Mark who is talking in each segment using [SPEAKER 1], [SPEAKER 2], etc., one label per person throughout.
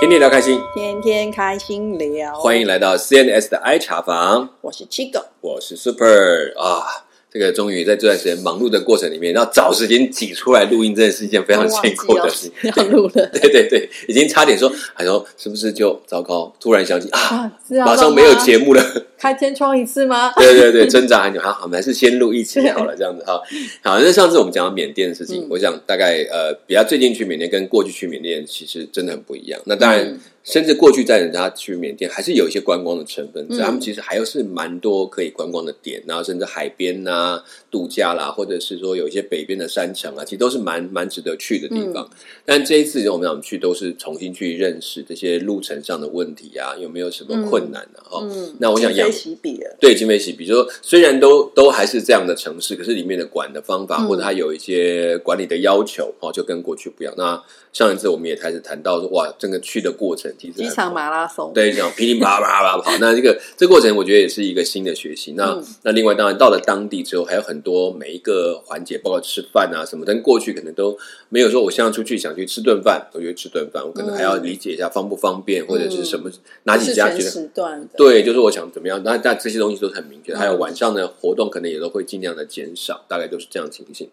[SPEAKER 1] 天天聊开心，
[SPEAKER 2] 天天开心聊。
[SPEAKER 1] 欢迎来到 CNS 的 I 茶房，
[SPEAKER 2] 我是 Chigo，
[SPEAKER 1] 我是 Super 啊。这个终于在这段时间忙碌的过程里面，要找时间挤出来录音，真的是一件非常辛苦的事。
[SPEAKER 2] 要录了，
[SPEAKER 1] 对对对，已经差点说，哎呦，是不是就糟糕？突然想起啊，
[SPEAKER 2] 啊，是啊，
[SPEAKER 1] 马上没有节目了。
[SPEAKER 2] 开天窗一次吗？
[SPEAKER 1] 对对对，挣扎很久，好，好我们还是先录一期好了，这样子 哈。好，那上次我们讲到缅甸的事情，
[SPEAKER 2] 嗯
[SPEAKER 1] 我想大概呃，比较最近去缅甸跟过去去缅甸其实真的很不一样。那当然，
[SPEAKER 2] 嗯
[SPEAKER 1] 甚至过去带人家去缅甸，还是有一些观光的成分，所以
[SPEAKER 2] 嗯
[SPEAKER 1] 他们其实还是蛮多可以观光的点，然后甚至海边呐、度假啦，或者是说有一些北边的山城啊，其实都是蛮蛮值得去的地方。
[SPEAKER 2] 嗯
[SPEAKER 1] 但这一次我们想去，都是重新去认识这些路程上的问题啊，有没有什么困难啊？哈、
[SPEAKER 2] 嗯，
[SPEAKER 1] 那我想
[SPEAKER 2] 今
[SPEAKER 1] 养
[SPEAKER 2] 非昔比了。
[SPEAKER 1] 对，今非昔比，就是说虽然都都还是这样的城市，可是里面的管的方法
[SPEAKER 2] 嗯
[SPEAKER 1] 或者它有一些管理的要求哦，就跟过去不一样。那上一次我们也开始谈到说，哇，整个去的过程其实
[SPEAKER 2] 机
[SPEAKER 1] 很
[SPEAKER 2] 场马拉松，
[SPEAKER 1] 啊对，这样噼里啪啦啪啦啪啦。那这个这过程，我觉得也是一个新的学习。那、
[SPEAKER 2] 嗯
[SPEAKER 1] 那另外，当然到了当地之后，还有很多每一个环节，包括吃饭啊什么，跟过去可能都没有说，我现在出去想去吃顿饭，我就吃顿饭，我可能还要理解一下方不方便，或者是什么哪
[SPEAKER 2] 不
[SPEAKER 1] 几
[SPEAKER 2] 嗯是
[SPEAKER 1] 家觉
[SPEAKER 2] 全
[SPEAKER 1] 得
[SPEAKER 2] 时段的，
[SPEAKER 1] 对，啊就是我想怎么样，那那这些东西都是很明确的。还有
[SPEAKER 2] 嗯
[SPEAKER 1] 晚上的活动，可能也都会尽量的减少，大概都是这样情形。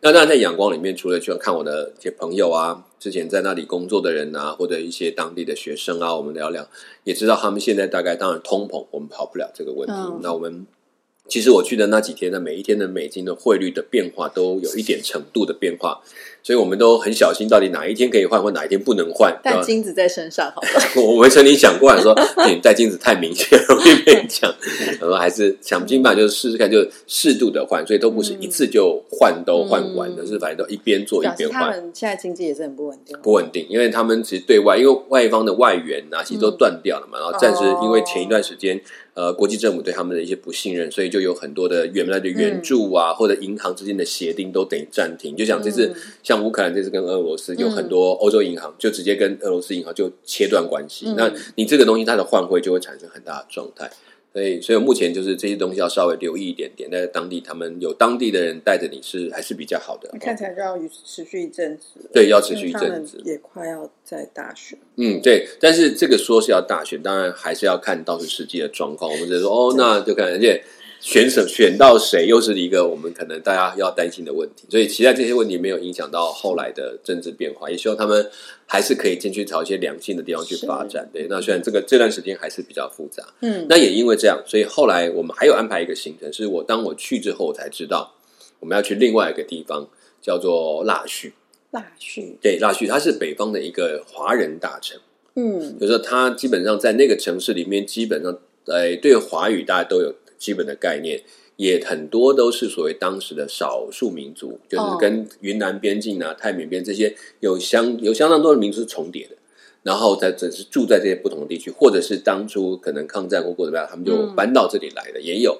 [SPEAKER 1] 那当然，在阳光里面，除了去看我的一些朋友啊，之前在那里工作的人啊，或者一些当地的学生啊，我们聊聊，也知道他们现在大概当然通膨，我们跑不了这个问题。
[SPEAKER 2] 嗯
[SPEAKER 1] 那我们其实我去的那几天呢，每一天的美金的汇率的变化都有一点程度的变化，所以我们都很小心，到底哪一天可以换，或哪一天不能换。对吧
[SPEAKER 2] 但金子在身上，好了，
[SPEAKER 1] 我我们曾经想过， 说哎你戴镜子太明显，容易被抢。然后还是想尽办法，就是试试看，就适度的换，所以都不是一次就换都换完的，
[SPEAKER 2] 嗯
[SPEAKER 1] 是反正都一边做一
[SPEAKER 2] 表示
[SPEAKER 1] 边
[SPEAKER 2] 他
[SPEAKER 1] 换。
[SPEAKER 2] 们现在经济也是很不稳定。
[SPEAKER 1] 不稳定，因为他们其实对外，因为外方的外援啊，其实都断掉了嘛。然后暂时
[SPEAKER 2] 嗯哦
[SPEAKER 1] 因为前一段时间，呃，国际政府对他们的一些不信任，所以就有很多的原来的援助啊，或者银行之间的协定都等于暂停。就像这次，
[SPEAKER 2] 嗯
[SPEAKER 1] 像乌克兰这次跟俄罗斯，有很多欧洲银行就直接跟俄罗斯银行就切断关系。
[SPEAKER 2] 嗯
[SPEAKER 1] 那你这个东西它的换汇就会产生很大的状态。所以，所以目前就是这些东西要稍微留意一点点，在当地他们有当地的人带着你是还是比较好的。哦
[SPEAKER 2] 看起来就要持续一阵子了，
[SPEAKER 1] 对，要持续一
[SPEAKER 2] 因为他
[SPEAKER 1] 阵
[SPEAKER 2] 们
[SPEAKER 1] 子。
[SPEAKER 2] 也快要在大选，
[SPEAKER 1] 嗯，对，但是这个说是要大选，当然还是要看当时实际的状况。我们只是说，哦，那就看，而且选什选到谁，又是一个我们可能大家要担心的问题。所以期待这些问题没有影响到后来的政治变化，也希望他们还是可以进去朝一些良性的地方去发展。对，那虽然这个这段时间还是比较复杂，
[SPEAKER 2] 嗯，
[SPEAKER 1] 那也因为这样，所以后来我们还有安排一个行程，是我当我去之后我才知道，我们要去另外一个地方，叫做腊戌。
[SPEAKER 2] 大序，
[SPEAKER 1] 对，腊戌它是北方的一个华人大城。
[SPEAKER 2] 嗯，
[SPEAKER 1] 就说他基本上在那个城市里面，基本上呃对华语大家都有基本的概念，也很多都是所谓当时的少数民族，就是
[SPEAKER 2] 哦
[SPEAKER 1] 跟云南边境啊、泰缅边这些有相有相当多的民族是重叠的。然后在只是住在这些不同的地区，或者是当初可能抗战或过怎么样，他们就
[SPEAKER 2] 嗯
[SPEAKER 1] 搬到这里来的、也有。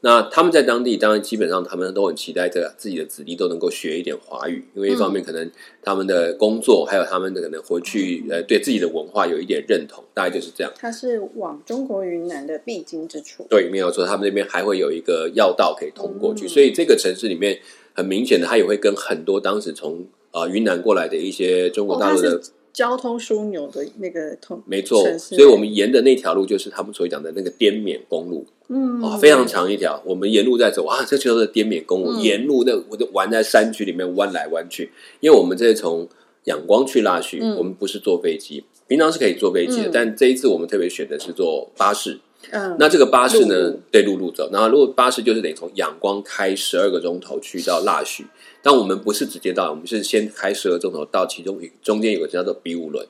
[SPEAKER 1] 那他们在当地，当然基本上他们都很期待着自己的子弟都能够学一点华语，因为一方面可能他们的工作，还有他们的可能回去呃对自己的文化有一点认同，大概就是这样。
[SPEAKER 2] 它是往中国云南的必经之处，
[SPEAKER 1] 对，没有错，他们那边还会有一个要道可以通过去，
[SPEAKER 2] 嗯
[SPEAKER 1] 所以这个城市里面很明显的，它也会跟很多当时从呃云南过来的一些中国
[SPEAKER 2] 哦，
[SPEAKER 1] 大
[SPEAKER 2] 它
[SPEAKER 1] 陆的、
[SPEAKER 2] 是交通枢纽的那个通，
[SPEAKER 1] 没错，
[SPEAKER 2] 城市
[SPEAKER 1] 所以我们沿的那条路就是他们所讲的那个滇缅公路。
[SPEAKER 2] 嗯，
[SPEAKER 1] 哇，哦非常长一条，我们沿路在走啊，这就是滇缅公路，
[SPEAKER 2] 嗯
[SPEAKER 1] 沿路那我就玩在山区里面弯来弯去，因为我们这是从仰光去腊戌，
[SPEAKER 2] 嗯
[SPEAKER 1] 我们不是坐飞机，平常是可以坐飞机的，
[SPEAKER 2] 嗯
[SPEAKER 1] 但这一次我们特别选的是坐巴士。
[SPEAKER 2] 嗯，
[SPEAKER 1] 那这个巴士呢
[SPEAKER 2] 陆路，
[SPEAKER 1] 对，陆路走，然后如果巴士就是得从仰光开十二个钟头去到腊戌，但我们不是直接到，我们是先开十二钟头到其中一中间有个叫做比武轮，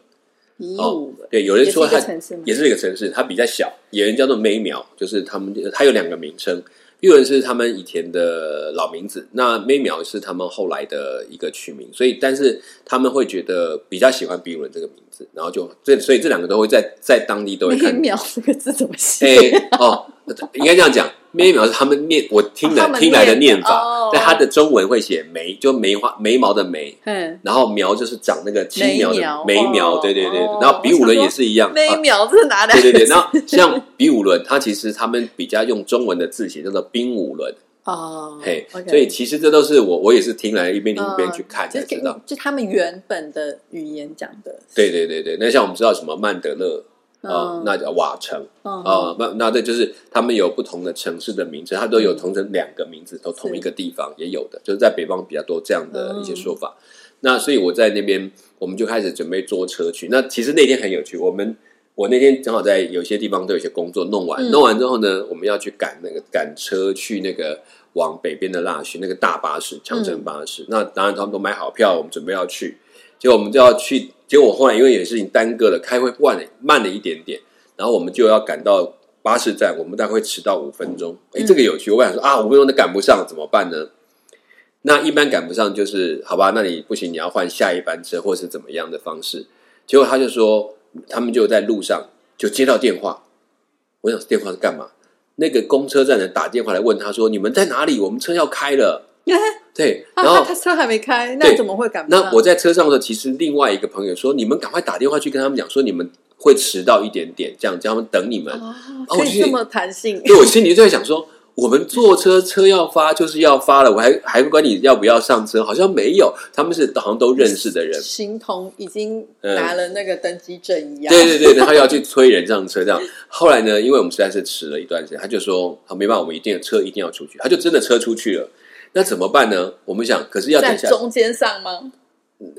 [SPEAKER 2] 一
[SPEAKER 1] 哦
[SPEAKER 2] 五的，
[SPEAKER 1] 对，有
[SPEAKER 2] 也
[SPEAKER 1] 人
[SPEAKER 2] 是
[SPEAKER 1] 说
[SPEAKER 2] 一
[SPEAKER 1] 它
[SPEAKER 2] 个城市吗？
[SPEAKER 1] 也是一个城市，它比较小，有人叫做梅苗，就是他们它有两个名称，一人是他们以前的老名字，那梅苗是他们后来的一个取名，所以但是他们会觉得比较喜欢比伦这个名字，然后就这所以这两个都会在在当地都会
[SPEAKER 2] 每
[SPEAKER 1] 看。
[SPEAKER 2] 秒这个字怎么写？
[SPEAKER 1] 哎、哦，应该这样讲，梅苗是他们念我听来、
[SPEAKER 2] 哦他们
[SPEAKER 1] 听来的
[SPEAKER 2] 念
[SPEAKER 1] 念法，
[SPEAKER 2] 哦
[SPEAKER 1] 但它的中文会写梅，就梅花眉毛的眉。
[SPEAKER 2] 嗯，
[SPEAKER 1] 然后苗就是长那个青苗的
[SPEAKER 2] 梅苗
[SPEAKER 1] 梅苗，
[SPEAKER 2] 哦
[SPEAKER 1] 对对对，
[SPEAKER 2] 哦
[SPEAKER 1] 然后比武
[SPEAKER 2] 我想
[SPEAKER 1] 伦
[SPEAKER 2] 说
[SPEAKER 1] 也是一样，
[SPEAKER 2] 每
[SPEAKER 1] 啊
[SPEAKER 2] 秒这哪来？
[SPEAKER 1] 对对对，那像比武轮，它其实他们比较用中文的字写叫做冰武轮，
[SPEAKER 2] 哦，
[SPEAKER 1] 嘿
[SPEAKER 2] OK 哦
[SPEAKER 1] 所以其实这都是我我也是听来一边听一边去看才
[SPEAKER 2] 就是
[SPEAKER 1] 知道。
[SPEAKER 2] 就他们原本的语言讲的，
[SPEAKER 1] 对对对对，那像我们知道什么曼德勒啊、
[SPEAKER 2] 嗯
[SPEAKER 1] 那叫瓦城
[SPEAKER 2] 嗯
[SPEAKER 1] 啊，那那这就是他们有不同的城市的名字，它都
[SPEAKER 2] 嗯
[SPEAKER 1] 有同成两个名字，都同一个地方也有的，就是在北方比较多这样的一些说
[SPEAKER 2] 嗯
[SPEAKER 1] 法。那所以我在那边，我们就开始准备坐车去。那其实那天很有趣，我们我那天正好在有些地方都有些工作弄完，
[SPEAKER 2] 嗯
[SPEAKER 1] 弄完之后呢，我们要去赶那个赶车去那个往北边的腊戌那个大巴士长
[SPEAKER 2] 嗯
[SPEAKER 1] 城巴士。那当然他们都买好票，我们准备要去，结果我们就要去，结果后来因为有事情耽搁了，开会慢了慢了一点点，然后我们就要赶到。巴士站，我们大概会迟到五分钟。哎，
[SPEAKER 2] 嗯
[SPEAKER 1] 这个有趣。我本来说啊，五分钟都赶不上，怎么办呢？那一般赶不上就是好吧，那你不行，你要换下一班车，或是怎么样的方式。结果他就说，他们就在路上就接到电话，我想电话是干嘛？那个公车站的打电话来问他说：“你们在哪里？我们车要开 了。
[SPEAKER 2] 啊”
[SPEAKER 1] 对，然
[SPEAKER 2] 他
[SPEAKER 1] 后
[SPEAKER 2] 他车还没开，
[SPEAKER 1] 对
[SPEAKER 2] 那怎么会赶不上？
[SPEAKER 1] 那我在车上的时候，其实另外一个朋友说：“你们赶快打电话去跟他们讲，说你们会迟到一点点，这样叫他们等你们。”
[SPEAKER 2] 啊，
[SPEAKER 1] 哦
[SPEAKER 2] 可
[SPEAKER 1] 我
[SPEAKER 2] 以
[SPEAKER 1] 去
[SPEAKER 2] 这么弹性，
[SPEAKER 1] 因为我心里就在想说，我们坐车车要发就是要发了，我还还不管你要不要上车，好像没有，他们是好像都认识的人，
[SPEAKER 2] 形同已经拿了那个登机证一
[SPEAKER 1] 嗯
[SPEAKER 2] 样。
[SPEAKER 1] 对对对，然后要去催人上车这样。后来呢，因为我们实在是迟了一段时间，他就说他没办法，我们一定车一定要出去，他就真的车出去了。那怎么办呢？我们想，可是要等
[SPEAKER 2] 在
[SPEAKER 1] 一下，
[SPEAKER 2] 中间上吗？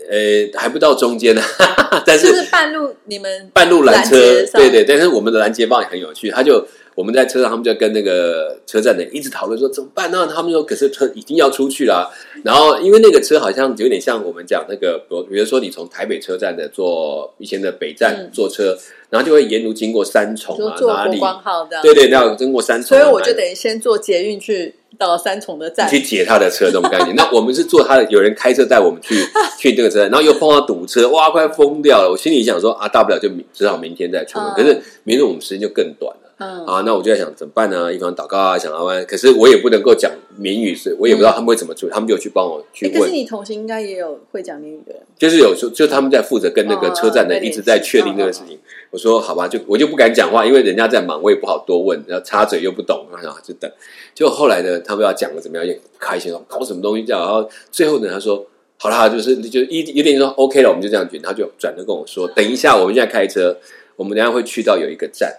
[SPEAKER 1] 呃，还不到中间呢、 但
[SPEAKER 2] 就是是半路你们
[SPEAKER 1] 半路拦车
[SPEAKER 2] 拦截，上
[SPEAKER 1] 对对，但是我们的拦截棒也很有趣，他就我们在车上，他们就跟那个车站的人一直讨论说怎么办呢、他们说可是车已经要出去啦、然后因为那个车好像有点像我们讲那个，比如比如说你从台北车站的坐以前的北站
[SPEAKER 2] 嗯
[SPEAKER 1] 坐车，然后就会沿路经过三重
[SPEAKER 2] 就
[SPEAKER 1] 啊
[SPEAKER 2] 坐
[SPEAKER 1] 哪
[SPEAKER 2] 国
[SPEAKER 1] 里，
[SPEAKER 2] 光号这样，
[SPEAKER 1] 对对，那经过三重
[SPEAKER 2] 所
[SPEAKER 1] 啊、
[SPEAKER 2] 以我就
[SPEAKER 1] 哪里
[SPEAKER 2] 等于先坐捷运去到三重的站，
[SPEAKER 1] 去截他的车这种概念。那我们是坐他的，有人开车带我们 去去这个车站，然后又碰到堵车，哇，快疯掉了！我心里想说啊，大不了就明至少明天再出门。
[SPEAKER 2] 嗯
[SPEAKER 1] 可是明天我们时间就更短了。
[SPEAKER 2] 嗯，
[SPEAKER 1] 啊，那我就在想怎么办呢？一方祷告啊，想要办，可是我也不能够讲闽语，所以我也不知道他们会怎么处理，他们就去帮我去
[SPEAKER 2] 嗯诶可
[SPEAKER 1] 问
[SPEAKER 2] 是，你同行应该也有会讲英语的人，
[SPEAKER 1] 就是有时候就他们在负责跟那个车站的
[SPEAKER 2] 哦
[SPEAKER 1] 一直在确定这个事情。我说好吧，就我就不敢讲话，因为人家在忙，我也不好多问，然后插嘴又不懂，然后就等。结果后来呢，他们要讲的怎么样，也不开心，搞什么东西这样。然后最后呢，他说好啦，就是就一有点说 OK 了，我们就这样决定。他就转头跟我
[SPEAKER 2] 嗯
[SPEAKER 1] 说，等一下，我们现在开车，我们等一下会去到有一个站，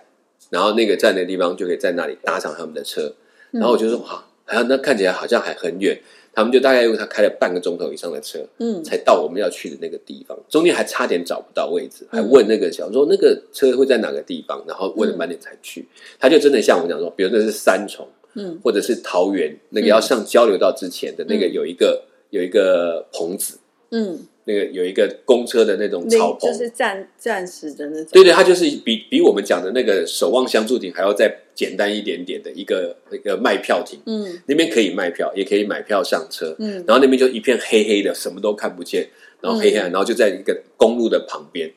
[SPEAKER 1] 然后那个站的地方就可以在那里搭上他们的车。然后我就说哇，还有那看起来好像还很远，他们就大概用他开了半个钟头以上的车，
[SPEAKER 2] 嗯，
[SPEAKER 1] 才到我们要去的那个地方，中间还差点找不到位置，
[SPEAKER 2] 嗯
[SPEAKER 1] 还问那个小说那个车会在哪个地方，然后问了半天才去。他就真的像我讲说，比如那是三重，
[SPEAKER 2] 嗯，
[SPEAKER 1] 或者是桃园那个要上交流道之前的那个
[SPEAKER 2] 嗯
[SPEAKER 1] 有一个有一个棚子，
[SPEAKER 2] 嗯，
[SPEAKER 1] 那个有一个公车的那种
[SPEAKER 2] 那
[SPEAKER 1] 草棚
[SPEAKER 2] 就，是暂暂时的那种，
[SPEAKER 1] 对对，它就是比比我们讲的那个守望相助亭还要再简单一点点的一个一个卖票亭，
[SPEAKER 2] 嗯
[SPEAKER 1] 那边可以卖票，也可以买票上车，
[SPEAKER 2] 嗯
[SPEAKER 1] 然后那边就一片黑黑的，什么都看不见，然后黑黑
[SPEAKER 2] 嗯
[SPEAKER 1] 暗，然后就在一个公路的旁边，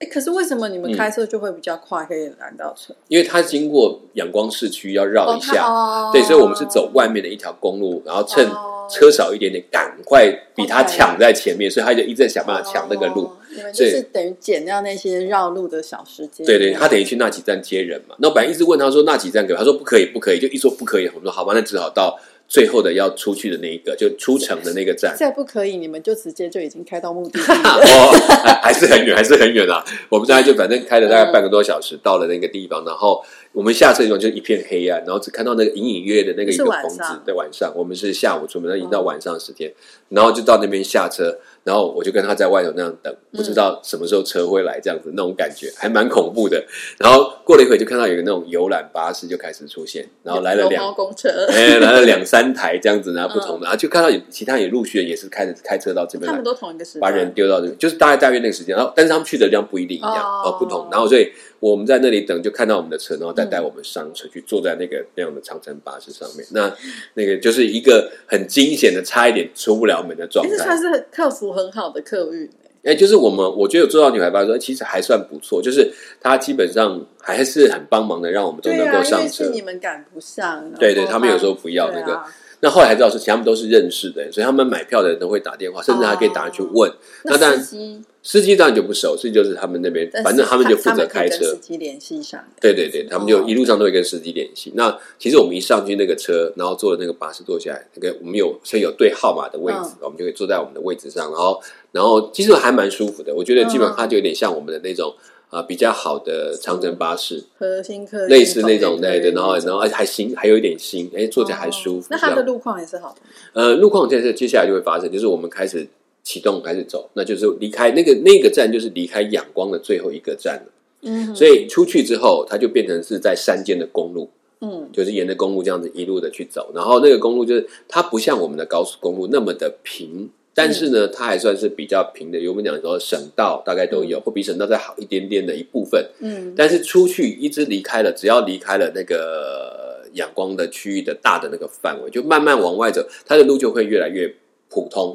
[SPEAKER 2] 诶可是为什么你们开车就会比较快，可以拦到车？
[SPEAKER 1] 因为它经过仰光市区要绕嗯一下，
[SPEAKER 2] 哦
[SPEAKER 1] 对，所以我们是走外面的一条公路，然后趁
[SPEAKER 2] 哦
[SPEAKER 1] 车少一点点，赶快比他
[SPEAKER 2] OK
[SPEAKER 1] 抢在前面，所以他就一直在想办法抢那个路。
[SPEAKER 2] 哦你们就
[SPEAKER 1] 所以
[SPEAKER 2] 是等于减掉那些绕路的小时间，
[SPEAKER 1] 对对，他等于去那几站接人嘛。那我本来一直问他说那几站给我，他说不可以，不可以，就一说不可以。我说好吧，那只好到最后的要出去的那一个，就出城的那个站。
[SPEAKER 2] 再不可以，你们就直接就已经开到目的地了。
[SPEAKER 1] 哦，还还是很远，还是很远啊！我们大概就反正开了大概半个多小时，到了那个地方，然后我们下车以后就一片黑暗，然后只看到那个隐隐约约的那个一
[SPEAKER 2] 是
[SPEAKER 1] 个
[SPEAKER 2] 晚
[SPEAKER 1] 棚子
[SPEAKER 2] 上。哦
[SPEAKER 1] 对，晚上我们是下午出门，那已经到晚上的时间，然后就到那边下车，然后我就跟他在外头那样等，不
[SPEAKER 2] 嗯
[SPEAKER 1] 知道什么时候车会来，这样子那种感觉还蛮恐怖的。然后过了一会就看到有个那种游览巴士就开始出现，然后来了
[SPEAKER 2] 有
[SPEAKER 1] 两
[SPEAKER 2] 猫公车，
[SPEAKER 1] 哎来了两三台这样子，然后不同的，然后就看到有其他也陆续也是开始开车到这边
[SPEAKER 2] 他
[SPEAKER 1] 来
[SPEAKER 2] 们。都同一个时
[SPEAKER 1] 把
[SPEAKER 2] 段，
[SPEAKER 1] 人丢到这个，就是大概大约那个时间，然后但是他们去的地方不一定一样，
[SPEAKER 2] 哦
[SPEAKER 1] 哦不同，然后所以我们在那里等，就看到我们的车，然后再
[SPEAKER 2] 嗯
[SPEAKER 1] 带我们上车去坐在那个那样的长城巴士上面，那那个就是一个很惊险的，差一点出不了门的状
[SPEAKER 2] 诶哎这
[SPEAKER 1] 态
[SPEAKER 2] 算。是很客服很好的客运，
[SPEAKER 1] 哎，就是我们我觉得有做到女孩巴士，哎其实还算不错，就是他基本上还是很帮忙的，让我们都
[SPEAKER 2] 对
[SPEAKER 1] 能
[SPEAKER 2] 啊，
[SPEAKER 1] 够
[SPEAKER 2] 因为
[SPEAKER 1] 上车
[SPEAKER 2] 是。你们赶不上，
[SPEAKER 1] 对对，
[SPEAKER 2] 然后
[SPEAKER 1] 他们有时候不要那
[SPEAKER 2] 对
[SPEAKER 1] 个，
[SPEAKER 2] 啊
[SPEAKER 1] 那后来才知道是其实他们都是认识的人，所以他们买票的人都会打电话，甚至还可以打去问。那当
[SPEAKER 2] 那司
[SPEAKER 1] 然，
[SPEAKER 2] 机，
[SPEAKER 1] 司机当然就不熟，司机就是他们那边，
[SPEAKER 2] 但是
[SPEAKER 1] 反正他们就负责
[SPEAKER 2] 他
[SPEAKER 1] 开
[SPEAKER 2] 们可以跟
[SPEAKER 1] 车
[SPEAKER 2] 司。机联系哦上的。
[SPEAKER 1] 对对对，他们就一路上都会跟司机联系。那其实我们一上去那个车，然后坐的那个巴士坐下来，那个我们有先有对号码的位置，
[SPEAKER 2] 嗯
[SPEAKER 1] 我们就可以坐在我们的位置上，然后然后其实还蛮舒服的。我觉得
[SPEAKER 2] 嗯
[SPEAKER 1] 基本上它就有点像我们的那种啊、呃比较好的长城巴士，
[SPEAKER 2] 核心客运
[SPEAKER 1] 类似那种
[SPEAKER 2] 同
[SPEAKER 1] 对
[SPEAKER 2] 类客
[SPEAKER 1] 对，
[SPEAKER 2] 运
[SPEAKER 1] 然后然后哎还新，还有一点新，哎坐起来还舒
[SPEAKER 2] 哦
[SPEAKER 1] 服。
[SPEAKER 2] 那它
[SPEAKER 1] 这
[SPEAKER 2] 的
[SPEAKER 1] 样
[SPEAKER 2] 路况也是好的，
[SPEAKER 1] 呃路况这是接下来就会发生，就是我们开始启动开始走，那就是离开那个那个站就是离开仰光的最后一个站了。
[SPEAKER 2] 嗯
[SPEAKER 1] 所以出去之后，它就变成是在山间的公路。
[SPEAKER 2] 嗯
[SPEAKER 1] 就是沿着公路这样子一路的去走，然后那个公路就是它不像我们的高速公路那么的平，但是呢，它还算是比较平的。有我们讲说省道大概都有，会比省道再好一点点的一部分。
[SPEAKER 2] 嗯，
[SPEAKER 1] 但是出去一直离开了，只要离开了那个呃仰光的区域的大的那个范围，就慢慢往外走，它的路就会越来越普通，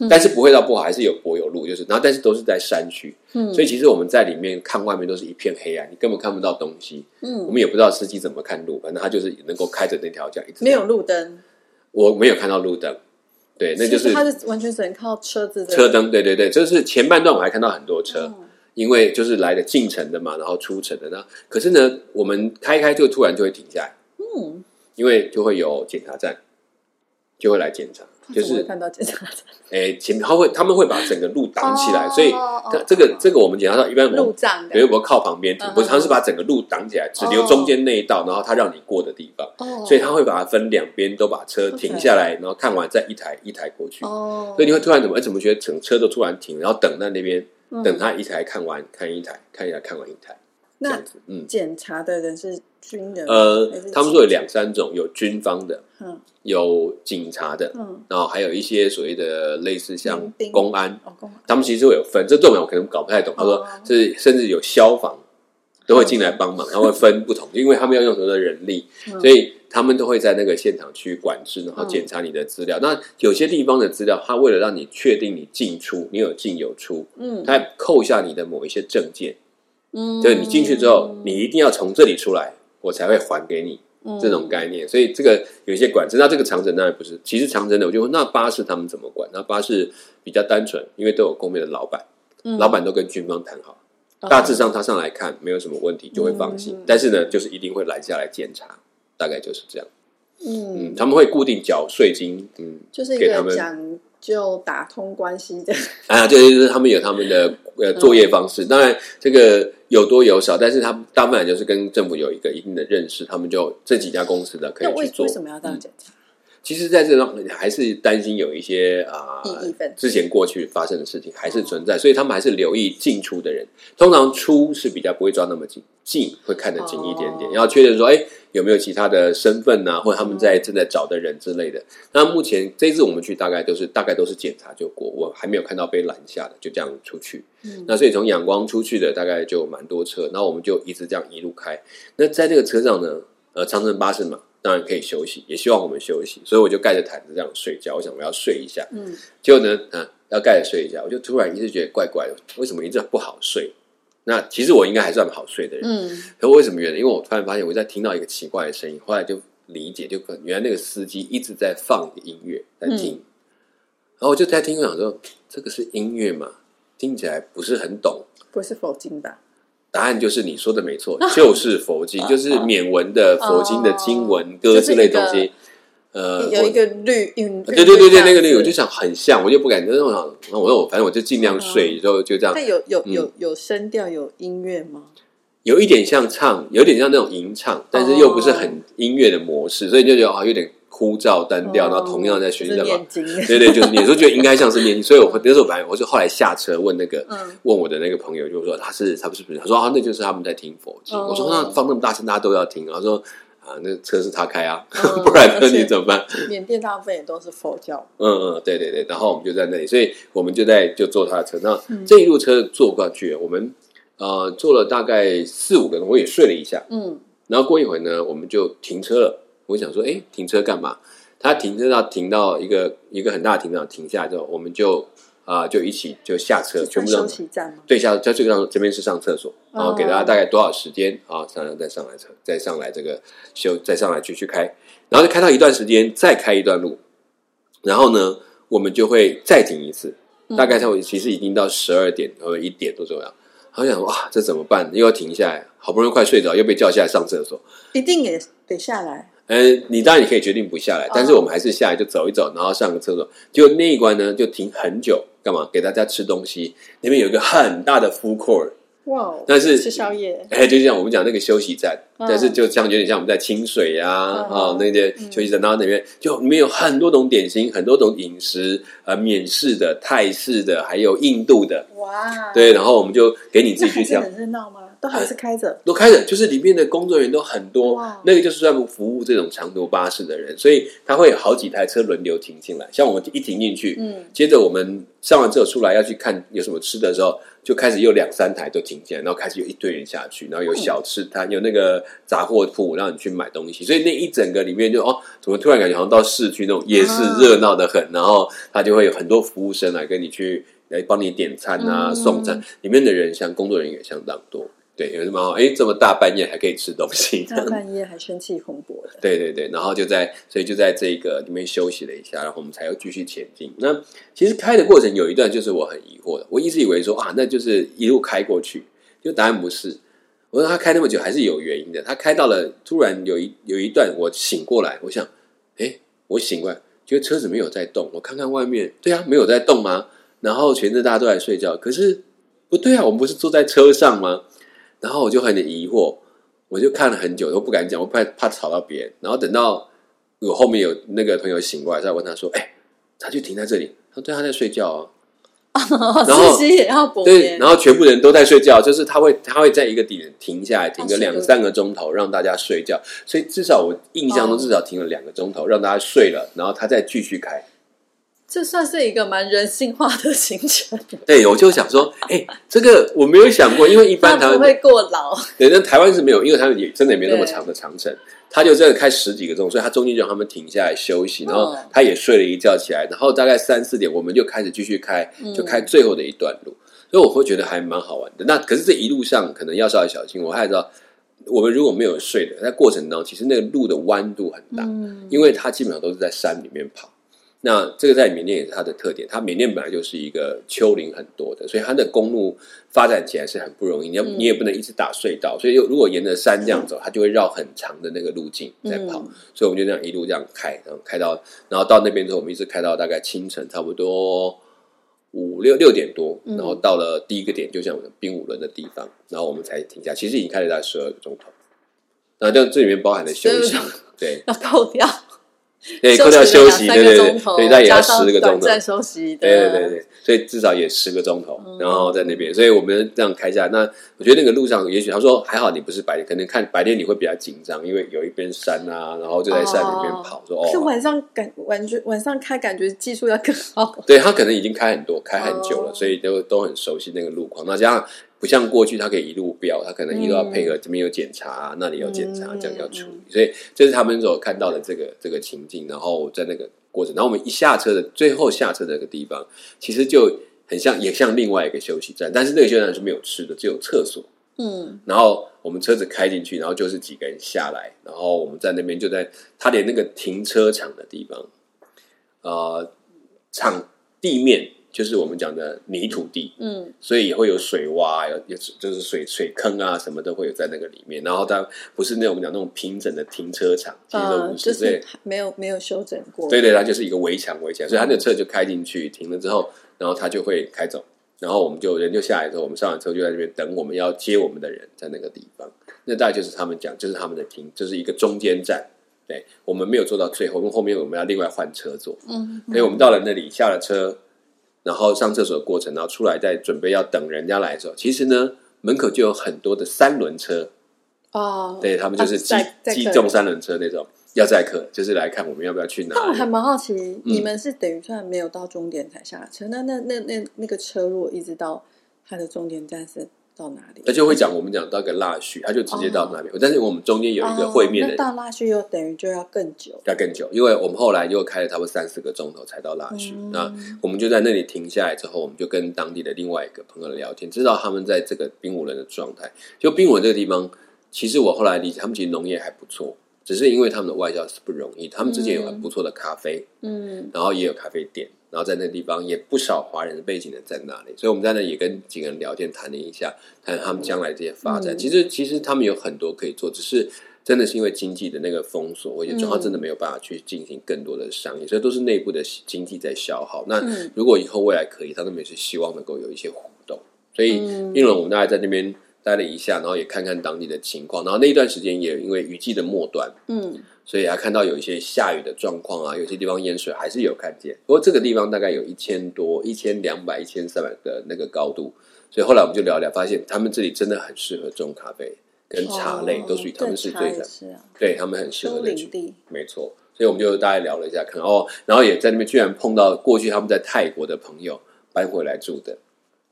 [SPEAKER 2] 嗯
[SPEAKER 1] 但是不会到不好，还是有柏油路，就是然后但是都是在山区，
[SPEAKER 2] 嗯
[SPEAKER 1] 所以其实我们在里面看外面都是一片黑暗，你根本看不到东西。我
[SPEAKER 2] 嗯
[SPEAKER 1] 们也不知道司机怎么看路，反正他就是能够开着那条这样一直
[SPEAKER 2] 没有
[SPEAKER 1] 这样，
[SPEAKER 2] 路灯，
[SPEAKER 1] 我没有看到路灯，对，那就
[SPEAKER 2] 其
[SPEAKER 1] 是
[SPEAKER 2] 实它是完全只能靠车子的
[SPEAKER 1] 车灯，对对对，就是前半段我还看到很多车，
[SPEAKER 2] 嗯
[SPEAKER 1] 因为就是来了进城的嘛，然后出城的那，可是呢，我们开一开就突然就会停下来，
[SPEAKER 2] 嗯，
[SPEAKER 1] 因为就会有检查站就会来检查，就
[SPEAKER 2] 它怎么会
[SPEAKER 1] 是
[SPEAKER 2] 看到检查站
[SPEAKER 1] 诶前面他会他们会把整个路挡起来，
[SPEAKER 2] 哦
[SPEAKER 1] 所以
[SPEAKER 2] 哦
[SPEAKER 1] 它
[SPEAKER 2] 哦
[SPEAKER 1] 这个这个我们检查到一般我们
[SPEAKER 2] 路障
[SPEAKER 1] 比如
[SPEAKER 2] 的，
[SPEAKER 1] 我靠旁边停
[SPEAKER 2] 嗯，
[SPEAKER 1] 不是，他是把整个路挡起来，只留
[SPEAKER 2] 哦
[SPEAKER 1] 中间那一道，然后他让你过的地方。
[SPEAKER 2] 哦
[SPEAKER 1] 所以他会把它分两边，都把车停下来，然后看完再一台一台过去。
[SPEAKER 2] 哦，
[SPEAKER 1] 所以你会突然怎么？哎，怎么觉得整车都突然停，然后等在那边，
[SPEAKER 2] 嗯
[SPEAKER 1] 等他一台看完，看一台，看一台看完一台，这
[SPEAKER 2] 那
[SPEAKER 1] 样子。嗯，
[SPEAKER 2] 检查的人是军人吗，
[SPEAKER 1] 呃
[SPEAKER 2] 还是，
[SPEAKER 1] 他们说有两三种，有军方的，
[SPEAKER 2] 嗯
[SPEAKER 1] 有警察的，
[SPEAKER 2] 嗯，
[SPEAKER 1] 然后还有一些所谓的类似像
[SPEAKER 2] 民兵
[SPEAKER 1] 公安，
[SPEAKER 2] 哦，公安
[SPEAKER 1] 他们其实会有分。这重点我可能搞不太懂。他说
[SPEAKER 2] 哦，
[SPEAKER 1] 是甚至有消防都会进来帮忙，他会分不同，因为他们要用很多的人力。
[SPEAKER 2] 嗯
[SPEAKER 1] 所以他们都会在那个现场去管制，然后检查你的资料。那有些地方的资料，他为了让你确定你进出，你有进有出，
[SPEAKER 2] 嗯
[SPEAKER 1] 他还扣下你的某一些证件，
[SPEAKER 2] 嗯，
[SPEAKER 1] 就是你进去之后，你一定要从这里出来，我才会还给你
[SPEAKER 2] 嗯
[SPEAKER 1] 这种概念。所以这个有一些管制。那这个长城当然不是，其实长城的我就问，那巴士他们怎么管？那巴士比较单纯，因为都有公面的老板，
[SPEAKER 2] 嗯
[SPEAKER 1] 老板都跟军方谈好。
[SPEAKER 2] 哦
[SPEAKER 1] 大致上他上来看没有什么问题，就会放心。
[SPEAKER 2] 嗯
[SPEAKER 1] 但是呢，就是一定会拦下来检查，大概就是这样。
[SPEAKER 2] 嗯
[SPEAKER 1] 嗯，，他们会固定缴税金，嗯，
[SPEAKER 2] 就是一
[SPEAKER 1] 给他
[SPEAKER 2] 个
[SPEAKER 1] 们
[SPEAKER 2] 讲究打通关系的，
[SPEAKER 1] 啊，对对对，他们有他们的
[SPEAKER 2] 嗯
[SPEAKER 1] 呃作业方式。当然，这个有多有少，但是他们大部分就是跟政府有一个一定的认识，他们就这几家公司的可
[SPEAKER 2] 那
[SPEAKER 1] 以
[SPEAKER 2] 为
[SPEAKER 1] 去做
[SPEAKER 2] 为。什么要这样 检查？
[SPEAKER 1] 其实，在这上还是担心有一些啊、
[SPEAKER 2] 异议分子
[SPEAKER 1] 之前过去发生的事情还是存在，所以他们还是留意进出的人。通常出是比较不会抓那么紧，进会看得紧一点点，
[SPEAKER 2] 哦
[SPEAKER 1] 要确认说，哎，有没有其他的身份呐、或者他们在正在找的人之类的。那目前这一次我们去大概都是大概都是检查就过，我还没有看到被拦下的，就这样出去。
[SPEAKER 2] 嗯
[SPEAKER 1] 那所以从仰光出去的大概就蛮多车，然后我们就一直这样一路开。那在这个车上呢，呃，长城巴士嘛，当然可以休息，也希望我们休息，所以我就盖着毯子这样睡觉。我想我要睡一下，
[SPEAKER 2] 嗯，
[SPEAKER 1] 结果呢，啊，要盖着睡一下，我就突然一直觉得怪怪的，为什么一直不好睡？那其实我应该还算好睡的人，
[SPEAKER 2] 嗯
[SPEAKER 1] 可为什么原因？因为我突然发现我在听到一个奇怪的声音，后来就理解，就可能原来那个司机一直在放音乐在听，
[SPEAKER 2] 嗯
[SPEAKER 1] 然后我就在听，我想说这个是音乐嘛，听起来不是很懂。
[SPEAKER 2] 不是佛经吧？
[SPEAKER 1] 答案就是你说的没错， 就是佛 经，就是缅文的佛经的经文、歌之类的东
[SPEAKER 2] 啊哦就是一
[SPEAKER 1] 西。呃，
[SPEAKER 2] 有一
[SPEAKER 1] 我。呃
[SPEAKER 2] 个律韵，
[SPEAKER 1] 对对对对，那个那个，我就
[SPEAKER 2] 律，
[SPEAKER 1] 想很像，我就不敢。但是我想，那我我反正我就尽量睡，然
[SPEAKER 2] 嗯
[SPEAKER 1] 后就这样
[SPEAKER 2] 但。有
[SPEAKER 1] 嗯
[SPEAKER 2] 有有有声调有音乐吗？
[SPEAKER 1] 有一点像唱，有点像那种吟唱，但是又不是很音乐的模式，所以就觉得啊有点枯燥单调。然后同样在学习
[SPEAKER 2] 哦就是
[SPEAKER 1] 干嘛
[SPEAKER 2] 念？经，
[SPEAKER 1] 对对，就是你有时候觉得应该像是念经，所以我那时候本来我就后来下车问那个
[SPEAKER 2] 嗯
[SPEAKER 1] 问我的那个朋友，就说他是他不是不是，他说啊那就是他们在听佛经。
[SPEAKER 2] 哦
[SPEAKER 1] 我说那放那么大声，大家都要听。他说啊那车是他开啊，
[SPEAKER 2] 嗯
[SPEAKER 1] 不然
[SPEAKER 2] 而
[SPEAKER 1] 那
[SPEAKER 2] 且
[SPEAKER 1] 你怎么办？
[SPEAKER 2] 缅甸大部分也都是佛教，
[SPEAKER 1] 嗯嗯，对对对，然后我们就在那里，所以我们就在就坐他的车，那这一路车坐过去，我们呃坐了大概四五个钟，我也睡了一下，
[SPEAKER 2] 嗯
[SPEAKER 1] 然后过一会呢，我们就停车了。我想说，哎，停车干嘛？他停车到停到一个一个很大的停车场停下之后，我们就啊、啊、就一起就下车，
[SPEAKER 2] 是
[SPEAKER 1] 全
[SPEAKER 2] 算
[SPEAKER 1] 部让
[SPEAKER 2] 休息站吗？
[SPEAKER 1] 对下在这个上这边是上厕所，然后
[SPEAKER 2] 哦
[SPEAKER 1] 给大家大概多少时间啊，上再上来再上来这个修再上来继续开，然后就开到一段时间再开一段路，然后呢我们就会再停一次，大概在我其实已经到十二点或者一点多左右，好想哇这怎么办？又要停下来，好不容易快睡着，又被叫下来上厕所，
[SPEAKER 2] 一定也得下来。
[SPEAKER 1] 呃，你当然也可以决定不下来，但是我们还是下来就走一走，然后上个厕所。结果那一关呢，就停很久，干嘛？给大家吃东西。那边有一个很大的 food court，
[SPEAKER 2] 哇哦，
[SPEAKER 1] 但是
[SPEAKER 2] 吃宵夜，
[SPEAKER 1] 哎，就像我们讲那个休息站，
[SPEAKER 2] 嗯
[SPEAKER 1] 但是就像有点像我们在清水呀、啊，
[SPEAKER 2] 嗯
[SPEAKER 1] 那些休息站，然后那边就里面有很多种点心，很多种饮食，呃，缅式的、泰式的，还有印度的，
[SPEAKER 2] 哇，
[SPEAKER 1] 对，，然后我们就给你自
[SPEAKER 2] 那
[SPEAKER 1] 己去
[SPEAKER 2] 还是
[SPEAKER 1] 挑。
[SPEAKER 2] 很热闹吗？都还是 开着，
[SPEAKER 1] 都开着，就是里面的工作人员都很多
[SPEAKER 2] 哇，
[SPEAKER 1] 那个就是专门服务这种长途巴士的人，所以他会有好几台车轮流停进来。像我们一停进去，
[SPEAKER 2] 嗯，
[SPEAKER 1] 接着我们上完之后出来要去看有什么吃的时候，就开始有两三台都停进来，然后开始有一堆人下去，然后有小吃摊，有那个杂货铺让你去买东西，所以那一整个里面就哦，怎么突然感觉好像到市区那种夜市
[SPEAKER 2] 啊
[SPEAKER 1] 热闹的很，然后他就会有很多服务生来跟你去来帮你点餐啊、
[SPEAKER 2] 嗯
[SPEAKER 1] 送餐，里面的人像工作人员也相当多。对，有什么好？哎，这么大半夜还可以吃东西，这
[SPEAKER 2] 大
[SPEAKER 1] 样
[SPEAKER 2] 半夜还生气蓬勃的，
[SPEAKER 1] 对对对，然后就在所以就在这个里面休息了一下，然后我们才又继续前进。那其实开的过程有一段就是我很疑惑的，我一直以为说啊，那就是一路开过去，就答案不是。我说他开那么久还是有原因的，他开到了突然有一有一段我醒过来，我想，哎，我醒过来，觉得车子没有在动，我看看外面，对啊，没有在动吗？然后全镇大家都在睡觉，可是不对啊，我们不是坐在车上吗？然后我就很疑惑，我就看了很久，都不敢讲，我怕怕吵到别人。然后等到我后面有那个朋友醒过来，再问他说：“哎、他就停在这里。”他说：“对，他在睡觉啊。然后
[SPEAKER 2] 司机哦也要”博
[SPEAKER 1] 对，
[SPEAKER 2] 眼，
[SPEAKER 1] 然后全部人都在睡觉，就是他会他会在一个点停下来，停个
[SPEAKER 2] 哦是的
[SPEAKER 1] 两三个钟头让大家睡觉。所以至少我印象中
[SPEAKER 2] 哦
[SPEAKER 1] 至少停了两个钟头，让大家睡了，然后他再继续开。
[SPEAKER 2] 这算是一个蛮人性化的行程，
[SPEAKER 1] 对，我就想说，哎、这个我没有想过，因为一般台
[SPEAKER 2] 那
[SPEAKER 1] 湾
[SPEAKER 2] 不会过劳。
[SPEAKER 1] 对，但台湾是没有，因为他们也真的也没那么
[SPEAKER 2] 对
[SPEAKER 1] 长的长城，他就真的开十几个钟，所以他中间就让他们停下来休息，然后
[SPEAKER 2] 嗯
[SPEAKER 1] 他也睡了一觉起来，然后大概三四点我们就开始继续开，
[SPEAKER 2] 嗯
[SPEAKER 1] 就开最后的一段路，所以我会觉得还蛮好玩的。那可是这一路上可能要稍微小心，我还知道我们如果没有睡的，在过程当中其实那个路的弯度很大，
[SPEAKER 2] 嗯，
[SPEAKER 1] 因为它基本上都是在山里面跑。那这个在缅甸也是它的特点，它缅甸本来就是一个丘陵很多的，所以它的公路发展起来是很不容易。你要、
[SPEAKER 2] 嗯
[SPEAKER 1] 你也不能一直打隧道，所以如果沿着山这样走，它就会绕很长的那个路径在跑。
[SPEAKER 2] 嗯
[SPEAKER 1] 所以我们就这样一路这样开，然后开到，然后到那边之后，我们一直开到大概清晨差不多五六六点多，
[SPEAKER 2] 嗯
[SPEAKER 1] 然后到了第一个点，就像我们冰武轮的地方，然后我们才停下。其实已经开了大概十二个钟头，那这这里面包含了休息
[SPEAKER 2] 12个钟，
[SPEAKER 1] 对。
[SPEAKER 2] 要扣掉，
[SPEAKER 1] 对，扣掉休息，对对对，所以那也要十个钟头，
[SPEAKER 2] 暂休息的，
[SPEAKER 1] 对对对对，所以至少也十个钟头
[SPEAKER 2] 嗯，
[SPEAKER 1] 然后在那边，所以我们这样开下来，那我觉得那个路上，也许他说还好你不是白天，可能看白天你会比较紧张，因为有一边山啊，然后就在山里面跑，说
[SPEAKER 2] 是
[SPEAKER 1] 哦，
[SPEAKER 2] 晚上感晚觉晚上开，感觉技术要更好。
[SPEAKER 1] 对他可能已经开很多，开很久了，
[SPEAKER 2] 哦
[SPEAKER 1] 所以都都很熟悉那个路况，那加上。不像过去，他可以一路标，他可能一路要配合这边有检查，那里有检查，这样要处理，所以这是他们所看到的这个这个情境。然后在那个过程，然后我们一下车的最后下车的那个地方，其实就很像，也像另外一个休息站，但是那个休息站是没有吃的，只有厕所。
[SPEAKER 2] 嗯，
[SPEAKER 1] 然后我们车子开进去，然后就是几个人下来，然后我们在那边就在他连那个停车场的地方，呃，场地面就是我们讲的泥土地，
[SPEAKER 2] 嗯，
[SPEAKER 1] 所以也会有水洼，有有就是水水坑啊什么都会有在那个里面。然后它不是那种我们讲那种平整的停车场，其实都
[SPEAKER 2] 呃，
[SPEAKER 1] 不
[SPEAKER 2] 就
[SPEAKER 1] 所以
[SPEAKER 2] 是没有没有修整过，
[SPEAKER 1] 对对，它就是一个围墙围起来，所以他那个车就开进去，停了之后，然后他就会开走，然后我们就人就下来之后，我们上完车就在那边等我们要接我们的人，在那个地方，那大概就是他们讲，就是他们的停，就是一个中间站。对我们没有坐到最后，因为后面我们要另外换车坐，
[SPEAKER 2] 嗯，
[SPEAKER 1] 所以我们到了那里下了车，然后上厕所的过程，然后出来再准备要等人家来的时候，其实呢门口就有很多的三轮车，
[SPEAKER 2] 哦，
[SPEAKER 1] 对他们就是
[SPEAKER 2] 啊
[SPEAKER 1] 机
[SPEAKER 2] 载载
[SPEAKER 1] 机
[SPEAKER 2] 客人
[SPEAKER 1] 动三轮车那种要载客，就是来看我们要不要去哪
[SPEAKER 2] 但我
[SPEAKER 1] 里。
[SPEAKER 2] 还蛮好奇，
[SPEAKER 1] 嗯
[SPEAKER 2] 你们是等于算没有到终点才下车，那那那那那个车如果一直到它的终点站是到哪里？
[SPEAKER 1] 他就会讲我们讲到一个腊序，他就直接到那边。但是我们中间有一个会面的
[SPEAKER 2] 哦
[SPEAKER 1] 人
[SPEAKER 2] 那到腊去又等于就要更久。
[SPEAKER 1] 要更久，因为我们后来又开了差不多三四个钟头才到腊区。
[SPEAKER 2] 嗯
[SPEAKER 1] 那我们就在那里停下来之后，我们就跟当地的另外一个朋友聊天，知道他们在这个冰武人的状态。就冰武人这个地方，其实我后来理解，他们其实农业还不错，只是因为他们的外销是不容易。他们之前有很不错的咖啡，
[SPEAKER 2] 嗯，
[SPEAKER 1] 然后也有咖啡店，然后在那地方也不少华人的背景人在那里，所以我们在那里也跟几个人聊天，谈了一下，谈他们将来这些发展。
[SPEAKER 2] 嗯
[SPEAKER 1] 其实其实他们有很多可以做，只是真的是因为经济的那个封锁，我觉得
[SPEAKER 2] 嗯
[SPEAKER 1] 中央真的没有办法去进行更多的商业，所以都是内部的经济在消耗。那
[SPEAKER 2] 嗯
[SPEAKER 1] 如果以后未来可以，他们也是希望能够有一些互动。所以
[SPEAKER 2] 嗯
[SPEAKER 1] 因为我们大概在那边。待了一下，然后也看看当地的情况，然后那一段时间也因为雨季的末端，
[SPEAKER 2] 嗯，
[SPEAKER 1] 所以还看到有一些下雨的状况啊，有些地方淹水还是有看见。不过这个地方大概有一千多、一千两百、一千三百的那个高度，所以后来我们就聊聊，发现他们这里真的很适合种咖啡跟茶类，
[SPEAKER 2] 哦
[SPEAKER 1] 都属于他们是
[SPEAKER 2] 这茶
[SPEAKER 1] 最
[SPEAKER 2] 也
[SPEAKER 1] 的，
[SPEAKER 2] 是啊，
[SPEAKER 1] 对他们很适合
[SPEAKER 2] 都
[SPEAKER 1] 的
[SPEAKER 2] 领
[SPEAKER 1] 区，
[SPEAKER 2] 地。
[SPEAKER 1] 没错。所以我们就大概聊了一下，看哦，然后也在那边居然碰到过去他们在泰国的朋友搬回来住的，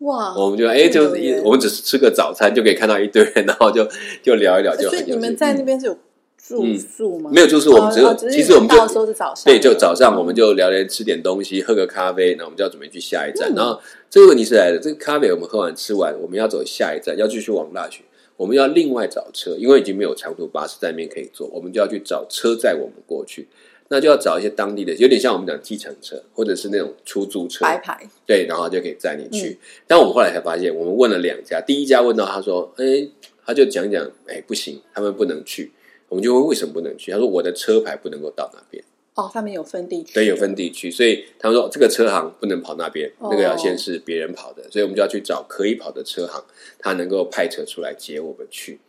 [SPEAKER 2] 哇，
[SPEAKER 1] 我们就哎，就是
[SPEAKER 2] 哦这么有
[SPEAKER 1] 一
[SPEAKER 2] 缘
[SPEAKER 1] 我们只是吃个早餐就可以看到一堆人，然后就就聊一聊，就
[SPEAKER 2] 所
[SPEAKER 1] 很
[SPEAKER 2] 以
[SPEAKER 1] 有
[SPEAKER 2] 你们
[SPEAKER 1] 趣
[SPEAKER 2] 在那边是有住宿吗？
[SPEAKER 1] 嗯没有，就是我们
[SPEAKER 2] 哦
[SPEAKER 1] 只有，
[SPEAKER 2] 哦只是
[SPEAKER 1] 其实我们
[SPEAKER 2] 你到
[SPEAKER 1] 就
[SPEAKER 2] 的时候是早上，
[SPEAKER 1] 对，就早上我们就聊聊，吃点东西，喝个咖啡，那我们就要准备去下一站。
[SPEAKER 2] 嗯
[SPEAKER 1] 然后这个问题是来了，这个咖啡我们喝完吃完，我们要走下一站，要继续往大学，我们要另外找车，因为已经没有长途巴士在那边可以坐，我们就要去找车载我们过去。那就要找一些当地的，有点像我们讲计程车，或者是那种出租车，
[SPEAKER 2] 白牌，嗯
[SPEAKER 1] 对，然后就可以载你去。但我们后来才发现，我们问了两家，第一家问到他说：“哎，他就讲一讲，哎，不行，他们不能去。”我们就问为什么不能去？他说：“我的车牌不能够到那边，
[SPEAKER 2] 哦，他们有分地区，
[SPEAKER 1] 对，有分地区，所以他说这个车行不能跑那边，
[SPEAKER 2] 哦
[SPEAKER 1] 那个要先是别人跑的，所以我们就要去找可以跑的车行，他能够派车出来接我们去。”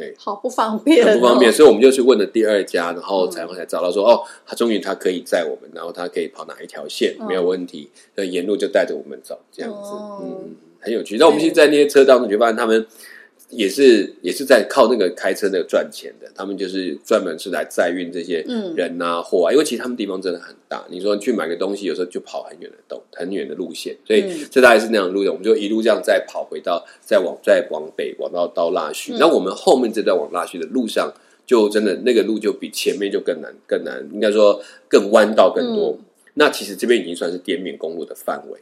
[SPEAKER 2] 好不方便，哦
[SPEAKER 1] 很不方便，。所以我们就去问了第二家，然后才才找到说，哦，他终于他可以载我们，然后他可以跑哪一条线，
[SPEAKER 2] 嗯
[SPEAKER 1] 没有问题，所以沿路就带着我们走，这样子，
[SPEAKER 2] 哦
[SPEAKER 1] 嗯嗯，很有趣。那我们现在在那些车当中，你就发现他们也是也是在靠那个开车那个赚钱的，他们就是专门是来载运这些
[SPEAKER 2] 嗯
[SPEAKER 1] 人啊货啊，因为其实他们地方真的很大，你说去买个东西，有时候就跑很远的东很远的路线，所以
[SPEAKER 2] 嗯
[SPEAKER 1] 这大概是那样的路线，我们就一路这样再跑回到再往再往北往到到腊戌，
[SPEAKER 2] 嗯
[SPEAKER 1] 那、我们后面这段往腊戌的路上。就真的那个路就比前面就更难更难，应该说更弯道更多。
[SPEAKER 2] 嗯
[SPEAKER 1] 那其实这边已经算是滇缅公路的范围，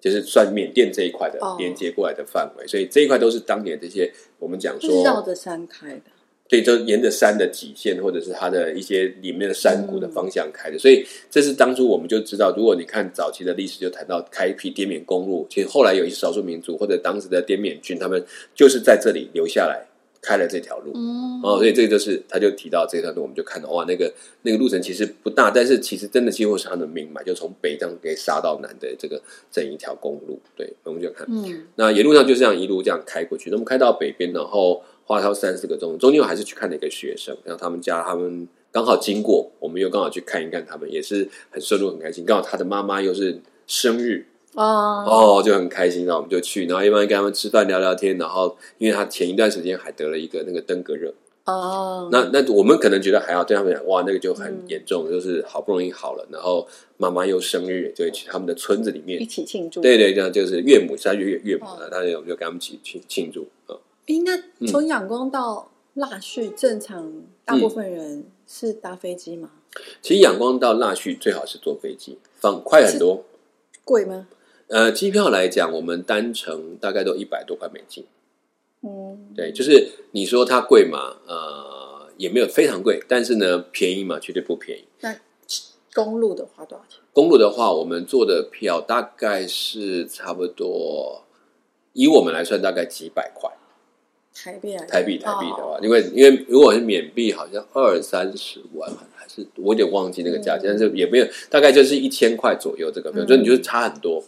[SPEAKER 1] 就是算缅甸这一块的
[SPEAKER 2] 哦
[SPEAKER 1] 连接过来的范围，所以这一块都是当年这些我们讲
[SPEAKER 2] 就是绕
[SPEAKER 1] 说，
[SPEAKER 2] 着山开的，
[SPEAKER 1] 对，就沿着山的脊线或者是它的一些里面的山谷的方向开的，所以这是当初我们就知道，如果你看早期的历史，就谈到开辟滇缅公路，其实后来有一些少数民族或者当时的滇缅军，他们就是在这里留下来开了这条路，
[SPEAKER 2] 嗯，
[SPEAKER 1] 哦，所以这个就是他就提到这一段路，我们就看到哇，那个那个路程其实不大，但是其实真的几乎是他的命脉，就从北这样给杀到南的这个整一条公路。对，我们就看
[SPEAKER 2] 嗯，
[SPEAKER 1] 那沿路上就这样一路这样开过去，那我们开到北边，然后花超三四个钟，中间我还是去看了一个学生，然后他们家他们刚好经过，我们又刚好去看一看他们，也是很顺路很开心。刚好他的妈妈又是生日，
[SPEAKER 2] 啊，
[SPEAKER 1] 哦，就很开心，然后我们就去，然后一般跟他们吃饭聊聊天，然后因为他前一段时间还得了一个那个登革热。
[SPEAKER 2] 哦，
[SPEAKER 1] 那那我们可能觉得还好，对他们讲哇，那个就很严重，就是好不容易好了，然后妈妈又生日，就会去他们的村子里
[SPEAKER 2] 一
[SPEAKER 1] 面，
[SPEAKER 2] 起庆祝，
[SPEAKER 1] 对对，这样就是岳母，他岳岳母
[SPEAKER 2] 哦
[SPEAKER 1] 了，他就我们就跟他们一起庆庆祝啊。
[SPEAKER 2] 诶，那从仰光到腊戌，正常大
[SPEAKER 1] 嗯
[SPEAKER 2] 部分人是搭飞机吗？
[SPEAKER 1] 其实仰光到腊戌最好是坐飞机，方快很多。
[SPEAKER 2] 贵吗？
[SPEAKER 1] 呃，机票来讲，我们单程大概都一百多块美金，
[SPEAKER 2] 嗯，
[SPEAKER 1] 对，就是你说它贵嘛，呃，也没有非常贵，但是呢，便宜嘛，绝对不便宜。
[SPEAKER 2] 那公路的话多少钱？
[SPEAKER 1] 公路的话，我们做的票大概是差不多，以我们来算大概几百块
[SPEAKER 2] 台币来
[SPEAKER 1] 台币，台币的
[SPEAKER 2] 哦
[SPEAKER 1] 话，因为因为如果是缅币，好像二三十万还是我有点忘记那个价钱，
[SPEAKER 2] 嗯
[SPEAKER 1] 但是也没有，大概就是一千块左右这个票，
[SPEAKER 2] 嗯
[SPEAKER 1] 所以你就差很多。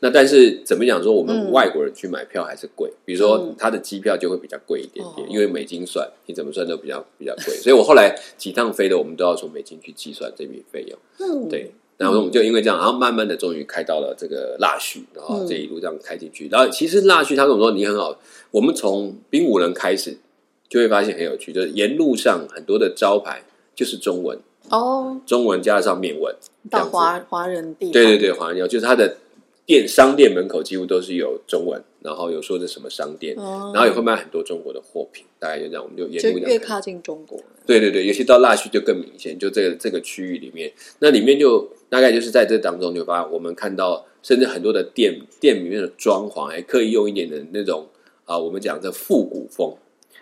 [SPEAKER 1] 那但是怎么讲说，我们
[SPEAKER 2] 嗯
[SPEAKER 1] 外国人去买票还是贵，比如说
[SPEAKER 2] 嗯
[SPEAKER 1] 他的机票就会比较贵一点点，
[SPEAKER 2] 哦
[SPEAKER 1] 因为美金算，你怎么算都比较比较贵。所以我后来几趟飞的，我们都要从美金去计算这笔费用。
[SPEAKER 2] 嗯，
[SPEAKER 1] 对，然后我们就因为这样，然后慢慢的终于开到了这个腊戌，然后这一路这样开进去。然后其实腊戌他跟我说你很好，我们从兵武人开始就会发现很有趣，就是沿路上很多的招牌就是中文，
[SPEAKER 2] 哦，
[SPEAKER 1] 中文加上缅文，这样
[SPEAKER 2] 到
[SPEAKER 1] 子
[SPEAKER 2] 华华人地方，
[SPEAKER 1] 对对对，华人有，就是它的店商店门口几乎都是有中文，然后有说的什么商店，
[SPEAKER 2] 哦，
[SPEAKER 1] 然后也会卖很多中国的货品，大概就这样，我们就
[SPEAKER 2] 就
[SPEAKER 1] 沿路这
[SPEAKER 2] 越
[SPEAKER 1] 样看。
[SPEAKER 2] 靠近中国了，
[SPEAKER 1] 对对对，尤其到腊区就更明显，就这个这个区域里面，那里面就大概就是在这当中，就把我们看到，甚至很多的店店里面的装潢，还刻意用一点的那种啊、我们讲的复古风。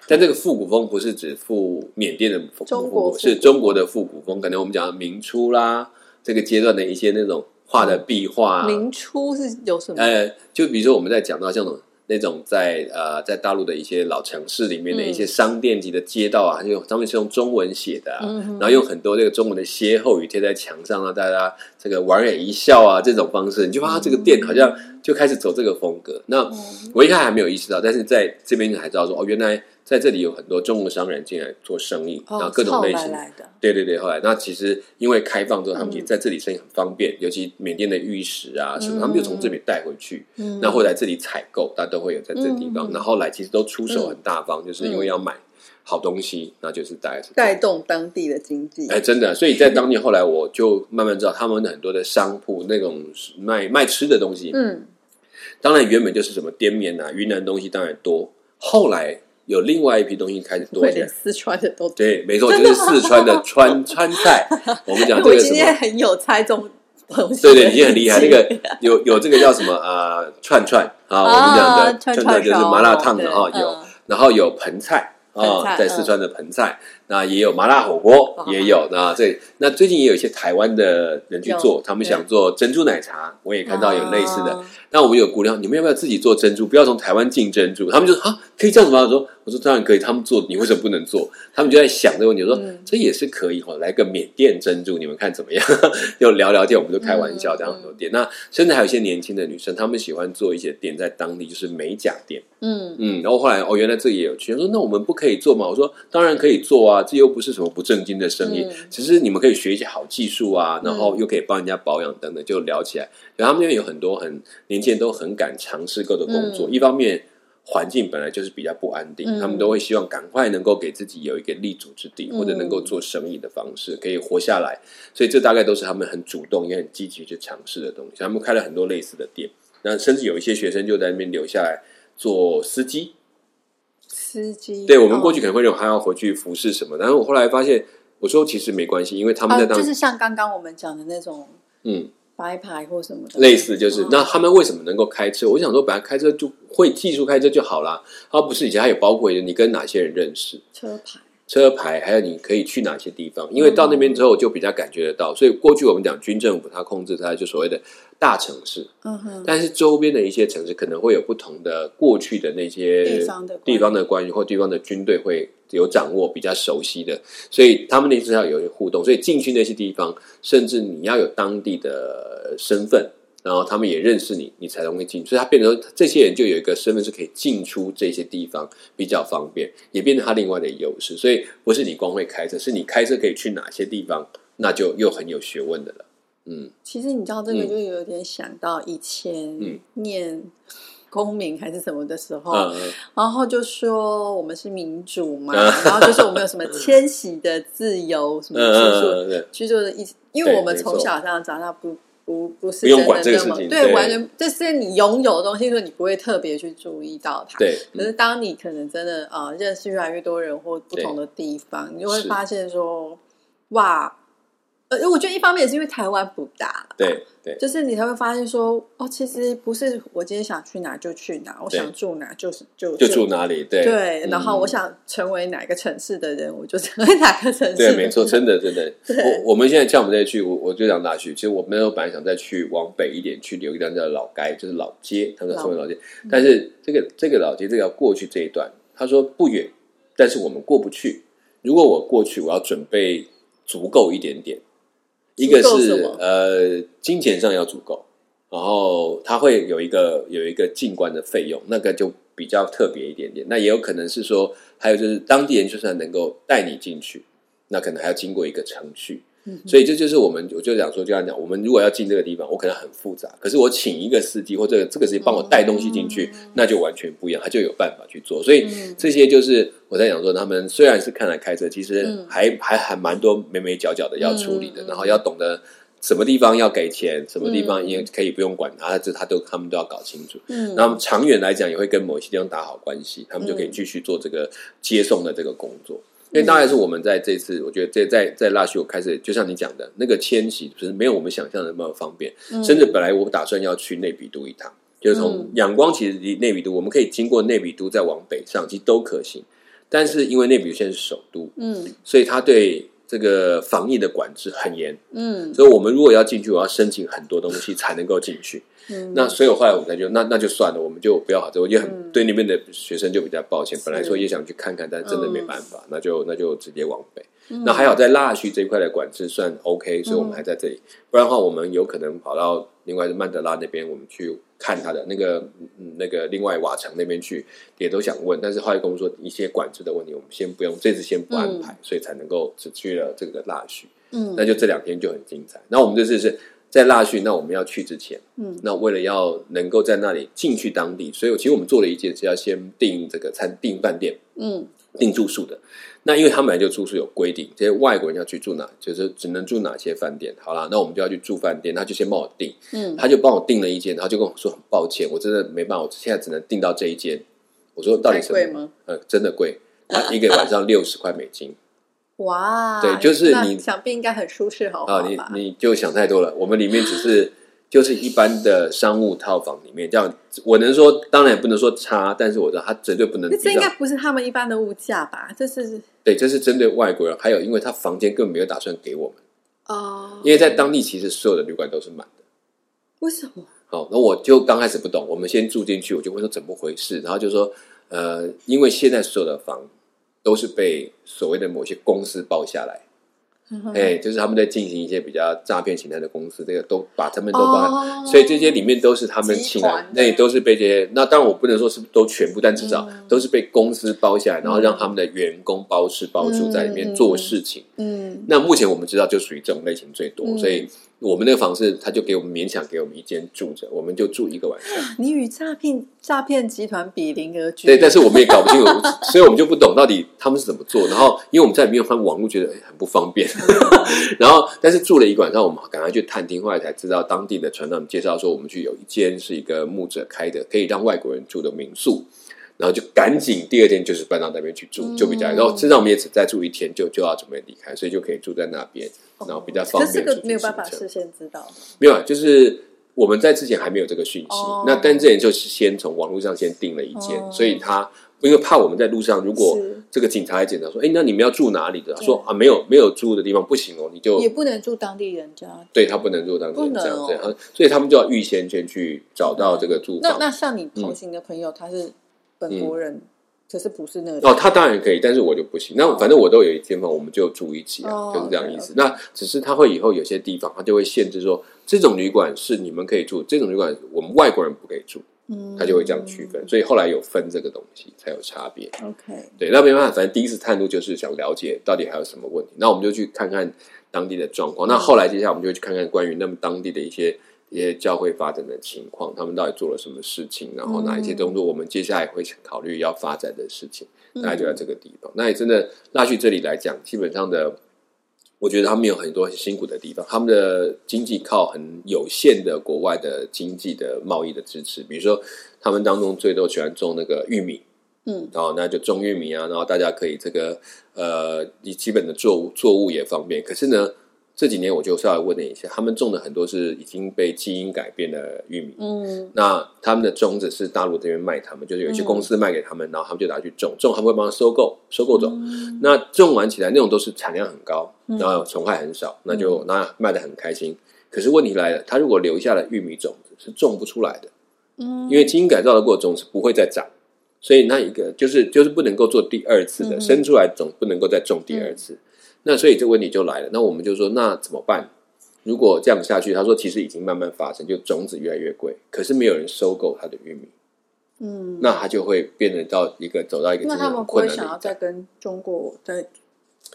[SPEAKER 1] 但这个复古风不是指复缅甸的复古风，
[SPEAKER 2] 中国复古
[SPEAKER 1] 是中国的复古风，可能我们讲的明初啦，这个阶段的一些那种画的壁画、啊，
[SPEAKER 2] 明初是有什么？
[SPEAKER 1] 呃，就比如说我们在讲到像那种那种在呃在大陆的一些老城市里
[SPEAKER 2] 嗯
[SPEAKER 1] 面的一些商店级的街道啊，它用他们是用中文写的、啊，
[SPEAKER 2] 嗯哼
[SPEAKER 1] 然后用很多这个中文的歇后语贴在墙上啊，大家这个莞尔一笑啊这种方式，你就发现它这个店好像就开始走这个风格。那
[SPEAKER 2] 嗯
[SPEAKER 1] 我一开始还没有意识到，但是在这边才知道说哦，原来在这里有很多中国商人进来做生意，然后
[SPEAKER 2] 哦，
[SPEAKER 1] 各种
[SPEAKER 2] 后
[SPEAKER 1] 类
[SPEAKER 2] 来
[SPEAKER 1] 型
[SPEAKER 2] 来的，
[SPEAKER 1] 对对对，后来那其实因为开放之后，他们
[SPEAKER 2] 嗯
[SPEAKER 1] 也在这里生意很方便，尤其缅甸的玉石啊什么，他们就从这边带回去。
[SPEAKER 2] 嗯，
[SPEAKER 1] 那后来这里采购，大家都会有在这个地
[SPEAKER 2] 嗯嗯
[SPEAKER 1] 方。
[SPEAKER 2] 嗯
[SPEAKER 1] 然后来其实都出手很大方，就是因为要买好东西，那就是大概是这样
[SPEAKER 2] 带动当地的经济，
[SPEAKER 1] 哎，真的，所以在当地后来我就慢慢知道，他们的很多的商铺那种卖卖吃的东西，
[SPEAKER 2] 嗯，
[SPEAKER 1] 当然原本就是什么滇缅啊、云南东西当然多，后来有另外一批东西开始多
[SPEAKER 2] 会
[SPEAKER 1] 起
[SPEAKER 2] 连
[SPEAKER 1] 来。
[SPEAKER 2] 四川的 都。
[SPEAKER 1] 对，没错，就是四川的川川菜，我们讲这
[SPEAKER 2] 我
[SPEAKER 1] 个什
[SPEAKER 2] 今
[SPEAKER 1] 么
[SPEAKER 2] 天很有猜中东西，
[SPEAKER 1] 对对，你也很厉害。那个有有这个叫什么呃串串啊，我们讲的
[SPEAKER 2] 哦串
[SPEAKER 1] 串串就是
[SPEAKER 2] 烧
[SPEAKER 1] 麻辣烫的哈，
[SPEAKER 2] 对
[SPEAKER 1] 有
[SPEAKER 2] 嗯，
[SPEAKER 1] 然后有盆菜
[SPEAKER 2] 盆
[SPEAKER 1] 啊，
[SPEAKER 2] 菜嗯
[SPEAKER 1] 在四川的盆菜，那也有麻辣火锅
[SPEAKER 2] 哦，
[SPEAKER 1] 也有那这那最近也有一些台湾的人去
[SPEAKER 2] 有
[SPEAKER 1] 做，他们
[SPEAKER 2] 对
[SPEAKER 1] 想做珍珠奶茶，我也看到有类似的
[SPEAKER 2] 啊。
[SPEAKER 1] 那我们有估量，你们要不要自己做珍珠？不要从台湾进珍珠。他们就啊，可以这样子吗？我说我说当然可以，他们做你为什么不能做？他们就在想这个问题，我说
[SPEAKER 2] 嗯
[SPEAKER 1] 这也是可以哈，来个缅甸珍珠，你们看怎么样？ 就聊聊天，我们就开玩笑，
[SPEAKER 2] 嗯
[SPEAKER 1] 这样很多店。那甚至还有一些年轻的女生，她们喜欢做一些店，在当地就是美甲店。
[SPEAKER 2] 嗯，
[SPEAKER 1] 嗯，然后后来哦，原来这也有趣。我说那我们不可以做吗？我说当然可以做啊，这又不是什么不正经的生意，
[SPEAKER 2] 嗯
[SPEAKER 1] 只是你们可以学一些好技术啊，然后又可以帮人家保养等等，就聊起来。然后他们有很多很年轻人都很敢尝试各种工作，一方面。环境本来就是比较不安定，
[SPEAKER 2] 嗯
[SPEAKER 1] 他们都会希望赶快能够给自己有一个立足之地，
[SPEAKER 2] 嗯
[SPEAKER 1] 或者能够做生意的方式，可以活下来。所以这大概都是他们很主动也很积极去尝试的东西。他们开了很多类似的店，那甚至有一些学生就在那边留下来做司机，
[SPEAKER 2] 司机，
[SPEAKER 1] 对我们过去
[SPEAKER 2] 哦
[SPEAKER 1] 可能会认为他要回去服侍什么，但是我后来发现，我说其实没关系，因为他们
[SPEAKER 2] 啊，
[SPEAKER 1] 在当、
[SPEAKER 2] 就是像刚刚我们讲的那种
[SPEAKER 1] 嗯
[SPEAKER 2] 白牌或什么的，
[SPEAKER 1] 类似就是、
[SPEAKER 2] 哦
[SPEAKER 1] 那他们为什么能够开车？我想说，本来开车就会技术开车就好啦，而不是以前还有包括你跟哪些人认识。
[SPEAKER 2] 车牌，
[SPEAKER 1] 车牌，还有你可以去哪些地方？因为到那边之后，就比较感觉得
[SPEAKER 2] 嗯
[SPEAKER 1] 到。所以过去我们讲军政府，它控制它就所谓的大城市，
[SPEAKER 2] 嗯哼，
[SPEAKER 1] 但是周边的一些城市可能会有不同的过去的那些
[SPEAKER 2] 地方的
[SPEAKER 1] 地方的官员或地方的军队会有掌握比较熟悉的，所以他们那是要有一个互动，所以进去那些地方，甚至你要有当地的身份。然后他们也认识你，你才容易进。所以他变成说这些人就有一个身份是可以进出这些地方比较方便，也变成他另外的优势。所以不是你光会开车，是你开车可以去哪些地方，那就又很有学问的了。嗯，
[SPEAKER 2] 其实你知道这个，就有点想到以
[SPEAKER 1] 嗯
[SPEAKER 2] 前念公民还是什么的时候，
[SPEAKER 1] 啊、
[SPEAKER 2] 然后就说我们是民主嘛，然后就说我们有什么迁徙的自由，
[SPEAKER 1] 嗯
[SPEAKER 2] 什么居住
[SPEAKER 1] 嗯嗯嗯，
[SPEAKER 2] 居住的意思，因为我们
[SPEAKER 1] 对没错
[SPEAKER 2] 从小这样长大不。不不
[SPEAKER 1] 不
[SPEAKER 2] 是
[SPEAKER 1] 用
[SPEAKER 2] 真
[SPEAKER 1] 管
[SPEAKER 2] 的
[SPEAKER 1] 这个
[SPEAKER 2] 那么
[SPEAKER 1] 事情
[SPEAKER 2] 对，
[SPEAKER 1] 对
[SPEAKER 2] 完全这是你拥有的东西，所以你不会特别去注意到它。
[SPEAKER 1] 对，
[SPEAKER 2] 可是当你可能真的呃认识越来越多人或不同的地方，你就会
[SPEAKER 1] 是
[SPEAKER 2] 发现说，哇，呃，我觉得一方面也是因为台湾不大，，
[SPEAKER 1] 对对，
[SPEAKER 2] 就是你才会发现说，哦，其实不是我今天想去哪就去哪，我
[SPEAKER 1] 对
[SPEAKER 2] 想住哪就是就
[SPEAKER 1] 就住哪里？对
[SPEAKER 2] 对，
[SPEAKER 1] 嗯
[SPEAKER 2] 然后我想成为哪个城市的人，我就成为哪个城市的
[SPEAKER 1] 对，
[SPEAKER 2] 人。
[SPEAKER 1] 没错，真的真的。
[SPEAKER 2] 对
[SPEAKER 1] 我我们现在像我们再去，我我就想大去。其实我们那时候本来想再去往北一点，去留一段叫老街，就是老街，他们说老街。但是这个这个老街，这个要过去这一段，他说不远，但是我们过不去。如果我过去，我要准备足够一点点。一个
[SPEAKER 2] 足够什
[SPEAKER 1] 是
[SPEAKER 2] 么
[SPEAKER 1] 呃，金钱上要足够，然后它会有一个有一个进关的费用，那个就比较特别一点点。那也有可能是说，还有就是当地人就算能够带你进去，那可能还要经过一个程序。
[SPEAKER 2] 嗯哼
[SPEAKER 1] 所以这就是我们，我就想说，就像讲，我们如果要进这个地方，我可能很复杂，可是我请一个司机或者这个司机帮我带东西进去，那就完全不一样，他就有办法去做。所以
[SPEAKER 2] 哦嗯
[SPEAKER 1] 这些就是我在讲说，他们虽然是看来开车，其实
[SPEAKER 2] 嗯
[SPEAKER 1] 还还还蛮多眉眉角角的要处理的，
[SPEAKER 2] 嗯嗯
[SPEAKER 1] 然后要懂得什么地方要给钱，什么地方也可以不用管他，这他都他们都要搞清楚。
[SPEAKER 2] 嗯，
[SPEAKER 1] 那么长远来讲，也会跟某些地方打好关系，他们就可以继续做这个接送的这个工作。因为当然是我们在这次，我觉得这在在腊戌，我开始就像你讲的那个迁徙，就是没有我们想象的那么方便。甚至本来我打算要去内比都一趟，就是从
[SPEAKER 2] 嗯
[SPEAKER 1] 仰光其实离内比都，我们可以经过内比都再往北上，其实都可行。但是因为内比都现在是首都，
[SPEAKER 2] 嗯
[SPEAKER 1] 所以他对这个防疫的管制很严，
[SPEAKER 2] 嗯
[SPEAKER 1] 所以我们如果要进去，我要申请很多东西才能够进去。
[SPEAKER 2] 嗯，
[SPEAKER 1] 那所以我后来我才就那那就算了，我们就不要好这，我就很、
[SPEAKER 2] 嗯
[SPEAKER 1] 对那边的学生就比较抱歉。本来说也想去看看，但真的没办法，
[SPEAKER 2] 嗯
[SPEAKER 1] 那就那就直接往北。那还好在腊戌这一块的管制算 OK，所以
[SPEAKER 2] 嗯
[SPEAKER 1] 我们还在这里。不然的话，我们有可能跑到另外的曼德拉那边，我们去看他的那个、嗯那个另外瓦城那边去，也都想问。但是后来跟我们说一些管制的问题，我们先不用，这次先不安排，所以才能够只去了这个腊戌。
[SPEAKER 2] 嗯
[SPEAKER 1] 那就这两天就很精彩。那我们这次是在腊戌，那我们要去之前，
[SPEAKER 2] 嗯，
[SPEAKER 1] 那为了要能够在那里进去当地，所以我其实我们做了一件是要先订这个餐订饭店。
[SPEAKER 2] 嗯
[SPEAKER 1] 订住宿的，那因为他们本来就住宿有规定，这些外国人要去住哪，就是只能住哪些饭店。好啦，那我们就要去住饭店，他就先帮我订，
[SPEAKER 2] 嗯
[SPEAKER 1] 他就帮我订了一间，然后就跟我说很抱歉，我真的没办法，我现在只能订到这一间。我说到底什么？
[SPEAKER 2] 太贵吗？
[SPEAKER 1] 呃，真的贵，他一个晚上六十块美金。
[SPEAKER 2] 哇，
[SPEAKER 1] 对就是
[SPEAKER 2] 那
[SPEAKER 1] 你
[SPEAKER 2] 想必应该很舒适豪华
[SPEAKER 1] 啊，你
[SPEAKER 2] 吧？
[SPEAKER 1] 你就想太多了。我们里面只是就是一般的商务套房里面这样，我能说当然也不能说差，但是我知道它绝对不能
[SPEAKER 2] 那这
[SPEAKER 1] 比
[SPEAKER 2] 应
[SPEAKER 1] 到
[SPEAKER 2] 该。不是他们一般的物价吧？这是
[SPEAKER 1] 对，这是针对外国人，还有因为他房间根本没有打算给我们，
[SPEAKER 2] 哦，
[SPEAKER 1] 因为在当地其实所有的旅馆都是满的。
[SPEAKER 2] 为什么？
[SPEAKER 1] 好，那我就刚开始不懂，我们先住进去，我就问说怎么回事，然后就说呃，因为现在所有的房都是被所谓的某些公司包下来。
[SPEAKER 2] 嗯
[SPEAKER 1] 哎、就是他们在进行一些比较诈骗形态的公司，这个都把他们都包含
[SPEAKER 2] 哦
[SPEAKER 1] 所以这些里面都是他们请
[SPEAKER 2] 集
[SPEAKER 1] 来
[SPEAKER 2] 团，
[SPEAKER 1] 那也都是被这些。那当然我不能说是不是都全部，但至少
[SPEAKER 2] 嗯
[SPEAKER 1] 都是被公司包下来，然后让他们的员工包吃包住在里面
[SPEAKER 2] 嗯
[SPEAKER 1] 做事情。
[SPEAKER 2] 嗯
[SPEAKER 1] 那目前我们知道就属于这种类型最多，
[SPEAKER 2] 嗯
[SPEAKER 1] 所以我们那个房是他就给我们勉强给我们一间住着，我们就住一个晚上。
[SPEAKER 2] 你与诈骗诈骗集团比邻而居，
[SPEAKER 1] 对，但是我们也搞不清 楚，所以我们就不懂到底他们是怎么做。然后，因为我们在里面换网络，觉得哎很不方 便。然后，但是住了一个晚上，我们赶快去探听，后来才知道当地的船长介绍说，我们去有一间是一个牧者开的，可以让外国人住的民宿。然后就赶紧第二天就是搬到那边去住，就比较。
[SPEAKER 2] 嗯
[SPEAKER 1] 然后身上我们也只再住一天，就就要准备离开，所以就可以住在那边，然后比较方
[SPEAKER 2] 哦可
[SPEAKER 1] 便。
[SPEAKER 2] 是这个
[SPEAKER 1] 出去
[SPEAKER 2] 没有
[SPEAKER 1] 行
[SPEAKER 2] 办法
[SPEAKER 1] 程
[SPEAKER 2] 事先知道，
[SPEAKER 1] 没有，啊，就是我们在之前还没有这个讯息。
[SPEAKER 2] 哦
[SPEAKER 1] 那但之前就是先从网络上先订了一间，
[SPEAKER 2] 哦
[SPEAKER 1] 所以他因为怕我们在路上，如果
[SPEAKER 2] 是
[SPEAKER 1] 这个警察来检查说：“哎，那你们要住哪里的？”他说：“啊，没有，没有住的地方不行哦，你就
[SPEAKER 2] 也不能住当地人家。
[SPEAKER 1] 对他不能住当地人
[SPEAKER 2] 不能
[SPEAKER 1] 这样子。
[SPEAKER 2] 哦
[SPEAKER 1] 对”他所以他们就要预先先去找到这个住
[SPEAKER 2] 那
[SPEAKER 1] 房。
[SPEAKER 2] 那像你同行的朋友，他是本国人，可是不是那个
[SPEAKER 1] 哦，他当然可以，但是我就不行。那反正我都有一间房，我们就住一起啊，
[SPEAKER 2] 哦
[SPEAKER 1] 就是这样意思。那只是他会以后有些地方，他就会限制说，这种旅馆是你们可以住，这种旅馆我们外国人不可以住。
[SPEAKER 2] 嗯，
[SPEAKER 1] 他就会这样区分，所以后来有分这个东西才有差别。
[SPEAKER 2] OK，
[SPEAKER 1] 对，那没办法，反正第一次探路就是想了解到底还有什么问题，那我们就去看看当地的状况。那后来接下来我们就去看看关于那么当地的一些一些教会发展的情况，他们到底做了什么事情，然后哪一些动作我们接下来会考虑要发展的事情，大概就在这个地方。那也真的拉去这里来讲，基本上的。我觉得他们有很多很辛苦的地方，他们的经济靠很有限的国外的经济的贸易的支持，比如说他们当中最多喜欢种那个玉米，
[SPEAKER 2] 嗯，
[SPEAKER 1] 然后那就种玉米啊，然后大家可以这个呃，你基本的作物作物也方便。可是呢，这几年我就稍微问了一下，他们种的很多是已经被基因改变的玉米，
[SPEAKER 2] 嗯
[SPEAKER 1] 那他们的种子是大陆这边卖他们，就是有一些公司卖给他们，然后他们就拿去种，种他们会帮他收购，收购走。
[SPEAKER 2] 嗯
[SPEAKER 1] 那种完起来那种都是产量很高，然后虫害很少，那就那卖的很开心。可是问题来了，他如果留下了玉米种子是种不出来的，
[SPEAKER 2] 嗯，
[SPEAKER 1] 因为基因改造的过程中是不会再长，所以那一个就是就是不能够做第二次的，
[SPEAKER 2] 嗯哼嗯
[SPEAKER 1] 生出来总不能够再种第二次。那所以这个问题就来了，那我们就说那怎么办？如果这样下去，他说其实已经慢慢发生，就种子越来越贵，可是没有人收购他的玉米，
[SPEAKER 2] 嗯，
[SPEAKER 1] 那他就会变得到一个走到一个
[SPEAKER 2] 那
[SPEAKER 1] 真的
[SPEAKER 2] 他们
[SPEAKER 1] 很
[SPEAKER 2] 不
[SPEAKER 1] 困
[SPEAKER 2] 会
[SPEAKER 1] 难
[SPEAKER 2] 想
[SPEAKER 1] 的
[SPEAKER 2] 要再跟中国再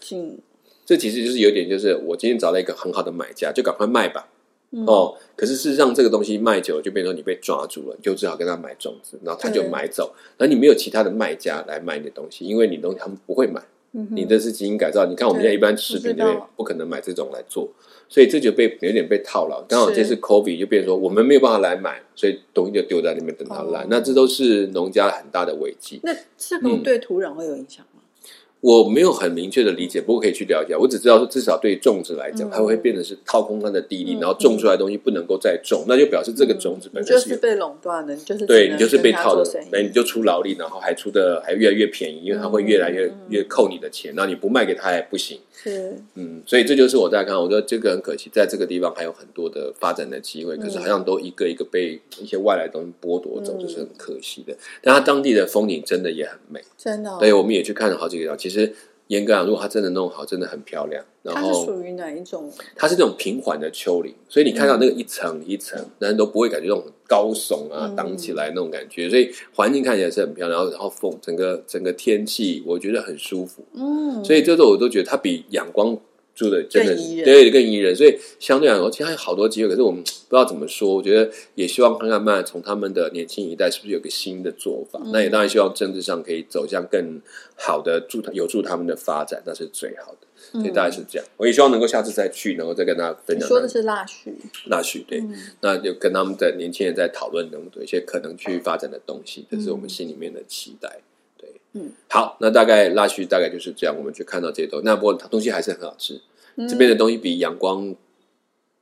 [SPEAKER 2] 进
[SPEAKER 1] 这其实就是有点就是我今天找到一个很好的买家，就赶快卖吧。
[SPEAKER 2] 嗯
[SPEAKER 1] 哦，可是事实上这个东西卖久了，就变成说你被抓住了，你就只好跟他买种子，然后他就
[SPEAKER 2] 对
[SPEAKER 1] 买走，然后你没有其他的卖家来买你的东西，因为你的东西他们不会买，
[SPEAKER 2] 嗯哼
[SPEAKER 1] 你这是基因改造。你看我们
[SPEAKER 2] 对
[SPEAKER 1] 现在一般吃饼
[SPEAKER 2] 我知道
[SPEAKER 1] 类不可能买这种来做，所以这就被有点被套牢。刚好
[SPEAKER 2] 是
[SPEAKER 1] 这次 COVID 就变成说我们没有办法来买，所以东西就丢在那边等它烂
[SPEAKER 2] 哦。
[SPEAKER 1] 那这都是农家很大的危机。
[SPEAKER 2] 那这个
[SPEAKER 1] 嗯
[SPEAKER 2] 对土壤会有影响吗？
[SPEAKER 1] 我没有很明确的理解，不过可以去了解。我只知道说，至少对种子来讲，
[SPEAKER 2] 嗯
[SPEAKER 1] 它会变成是掏空它的地力，
[SPEAKER 2] 嗯
[SPEAKER 1] 然后种出来的东西不能够再种，那就表示这个种子
[SPEAKER 2] 你
[SPEAKER 1] 本身
[SPEAKER 2] 就是
[SPEAKER 1] 有
[SPEAKER 2] 是被垄断的，你就是只
[SPEAKER 1] 对
[SPEAKER 2] 能
[SPEAKER 1] 你就是被
[SPEAKER 2] 跟他
[SPEAKER 1] 套
[SPEAKER 2] 做
[SPEAKER 1] 的
[SPEAKER 2] 生意，
[SPEAKER 1] 那你就出劳力，然后还出的还越来越便宜，因为它会越来越、
[SPEAKER 2] 嗯
[SPEAKER 1] 越扣你的钱，那你不卖给他还不行，
[SPEAKER 2] 是
[SPEAKER 1] 嗯，所以这就是我在看，我觉得这个很可惜，在这个地方还有很多的发展的机会，可是好像都一个一个被一些外来的东西剥夺走，
[SPEAKER 2] 嗯
[SPEAKER 1] 这是很可惜的。但它当地的风景真的也很美，
[SPEAKER 2] 真的哦。
[SPEAKER 1] 对，我们也去看了好几个地方。其实严格讲，如果它真的弄好，真的很漂亮。然
[SPEAKER 2] 它是
[SPEAKER 1] 后
[SPEAKER 2] 属于哪一种？
[SPEAKER 1] 它是那种平缓的丘陵，所以你看
[SPEAKER 2] 嗯
[SPEAKER 1] 到那个一层一层，但是都不会感觉那种高耸啊
[SPEAKER 2] 嗯
[SPEAKER 1] 挡起来那种感觉，所以环境看起来是很漂亮。然后，然后风整个整个天气，我觉得很舒服。
[SPEAKER 2] 嗯，
[SPEAKER 1] 所以这时候我都觉得它比阳光住的真的
[SPEAKER 2] 更宜人
[SPEAKER 1] 对更宜人，所以相对来说，其实还有好多机会，可是我们不知道怎么说。我觉得也希望看看慢慢从他们的年轻一代是不是有个新的做法。
[SPEAKER 2] 嗯
[SPEAKER 1] 那也当然希望政治上可以走向更好的助有助他们的发展，那是最好的。所以大概是这样，我也希望能够下次再去，能够再跟大家分
[SPEAKER 2] 嗯你
[SPEAKER 1] 享
[SPEAKER 2] 说的是腊须，
[SPEAKER 1] 那许对，
[SPEAKER 2] 嗯
[SPEAKER 1] 那就跟他们的年轻人在讨论能有一些可能去发展的东西，这是我们心里面的期待。对，
[SPEAKER 2] 嗯，
[SPEAKER 1] 好，那大概拉许大概就是这样，我们去看到这些东西。那不过东西还是很好吃，
[SPEAKER 2] 嗯
[SPEAKER 1] 这边的东西比阳光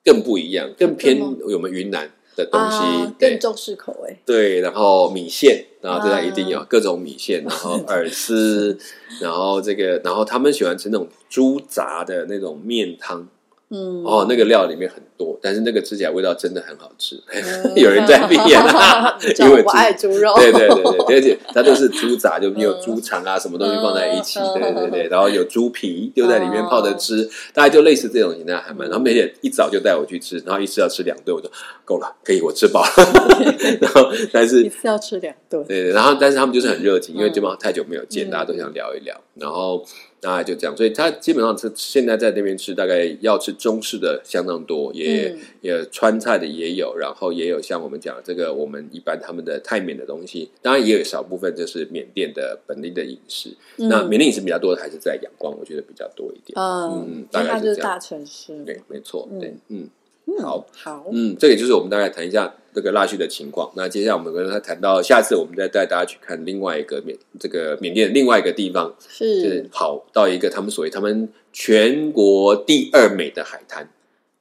[SPEAKER 1] 更不一样，更偏
[SPEAKER 2] 真
[SPEAKER 1] 我们云南的东西，
[SPEAKER 2] 啊
[SPEAKER 1] 对
[SPEAKER 2] 更重视口味，
[SPEAKER 1] 对，然后米线，然后这家一定有
[SPEAKER 2] 啊
[SPEAKER 1] 各种米线，然 后饵丝，然后这个，然后他们喜欢吃那种猪杂的那种面汤。
[SPEAKER 2] 嗯，
[SPEAKER 1] 哦，那个料里面很多，但是那个吃起来味道真的很好吃。
[SPEAKER 2] 嗯
[SPEAKER 1] 有人 在闭眼啊
[SPEAKER 2] 你知道
[SPEAKER 1] 因为
[SPEAKER 2] 我爱猪肉，
[SPEAKER 1] 对对对对， 而且它都是猪杂，就没有
[SPEAKER 2] 嗯
[SPEAKER 1] 猪肠啊，什么东西放在一起，
[SPEAKER 2] 嗯
[SPEAKER 1] 对对对，然后有猪皮丢在里面
[SPEAKER 2] 哦
[SPEAKER 1] 泡着吃，大概就类似这种形态还蛮。然后梅姐一早就带我去吃，然后一次要吃两顿，我说够了，可以，我吃饱了。 然后但是
[SPEAKER 2] 一次要吃两顿，
[SPEAKER 1] 对对，然后但是他们就是很热情，因为
[SPEAKER 2] 嗯
[SPEAKER 1] 基本上太久没有见，
[SPEAKER 2] 嗯
[SPEAKER 1] 大家都想聊一聊，然后大概就这样，所以他基本上是现在在那边吃，大概要吃中式的相当多，也、
[SPEAKER 2] 嗯
[SPEAKER 1] 也川菜的也有，然后也有像我们讲的这个我们一般他们的泰缅的东西，当然也有少部分就是缅甸的本地的饮食，
[SPEAKER 2] 嗯
[SPEAKER 1] 那缅甸饮食比较多的还是在仰光，我觉得比较多一点，嗯
[SPEAKER 2] 嗯，
[SPEAKER 1] 大
[SPEAKER 2] 因为
[SPEAKER 1] 概
[SPEAKER 2] 它
[SPEAKER 1] 是
[SPEAKER 2] 就是
[SPEAKER 1] 这样
[SPEAKER 2] 大城市，
[SPEAKER 1] 对，没错，
[SPEAKER 2] 嗯
[SPEAKER 1] 对，嗯。
[SPEAKER 2] 嗯，
[SPEAKER 1] 好
[SPEAKER 2] 好，
[SPEAKER 1] 嗯，这个就是我们大概谈一下这个腊戌的情况。那接下来我们跟他谈到，下次我们再带大家去看另外一个缅这个缅甸另外一个地方，就是
[SPEAKER 2] 是
[SPEAKER 1] 跑到一个他们所谓他们全国第二美的海滩。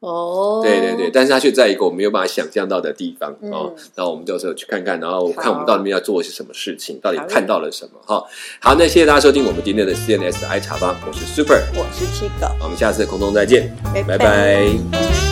[SPEAKER 2] 哦，
[SPEAKER 1] 对对对，，但是它却在一个我没有办法想象到的地方、
[SPEAKER 2] 嗯
[SPEAKER 1] 哦。那我们到时候去看看，然后
[SPEAKER 2] 好
[SPEAKER 1] 看我们到那边要做些什么事情，到底
[SPEAKER 2] 好嘞
[SPEAKER 1] 看到了什么哈、好，那谢谢大家收听我们今天的 CNS I 茶吧，我是 Super，
[SPEAKER 2] 我是七狗，
[SPEAKER 1] 我们下次空中再见，拜
[SPEAKER 2] 拜
[SPEAKER 1] 拜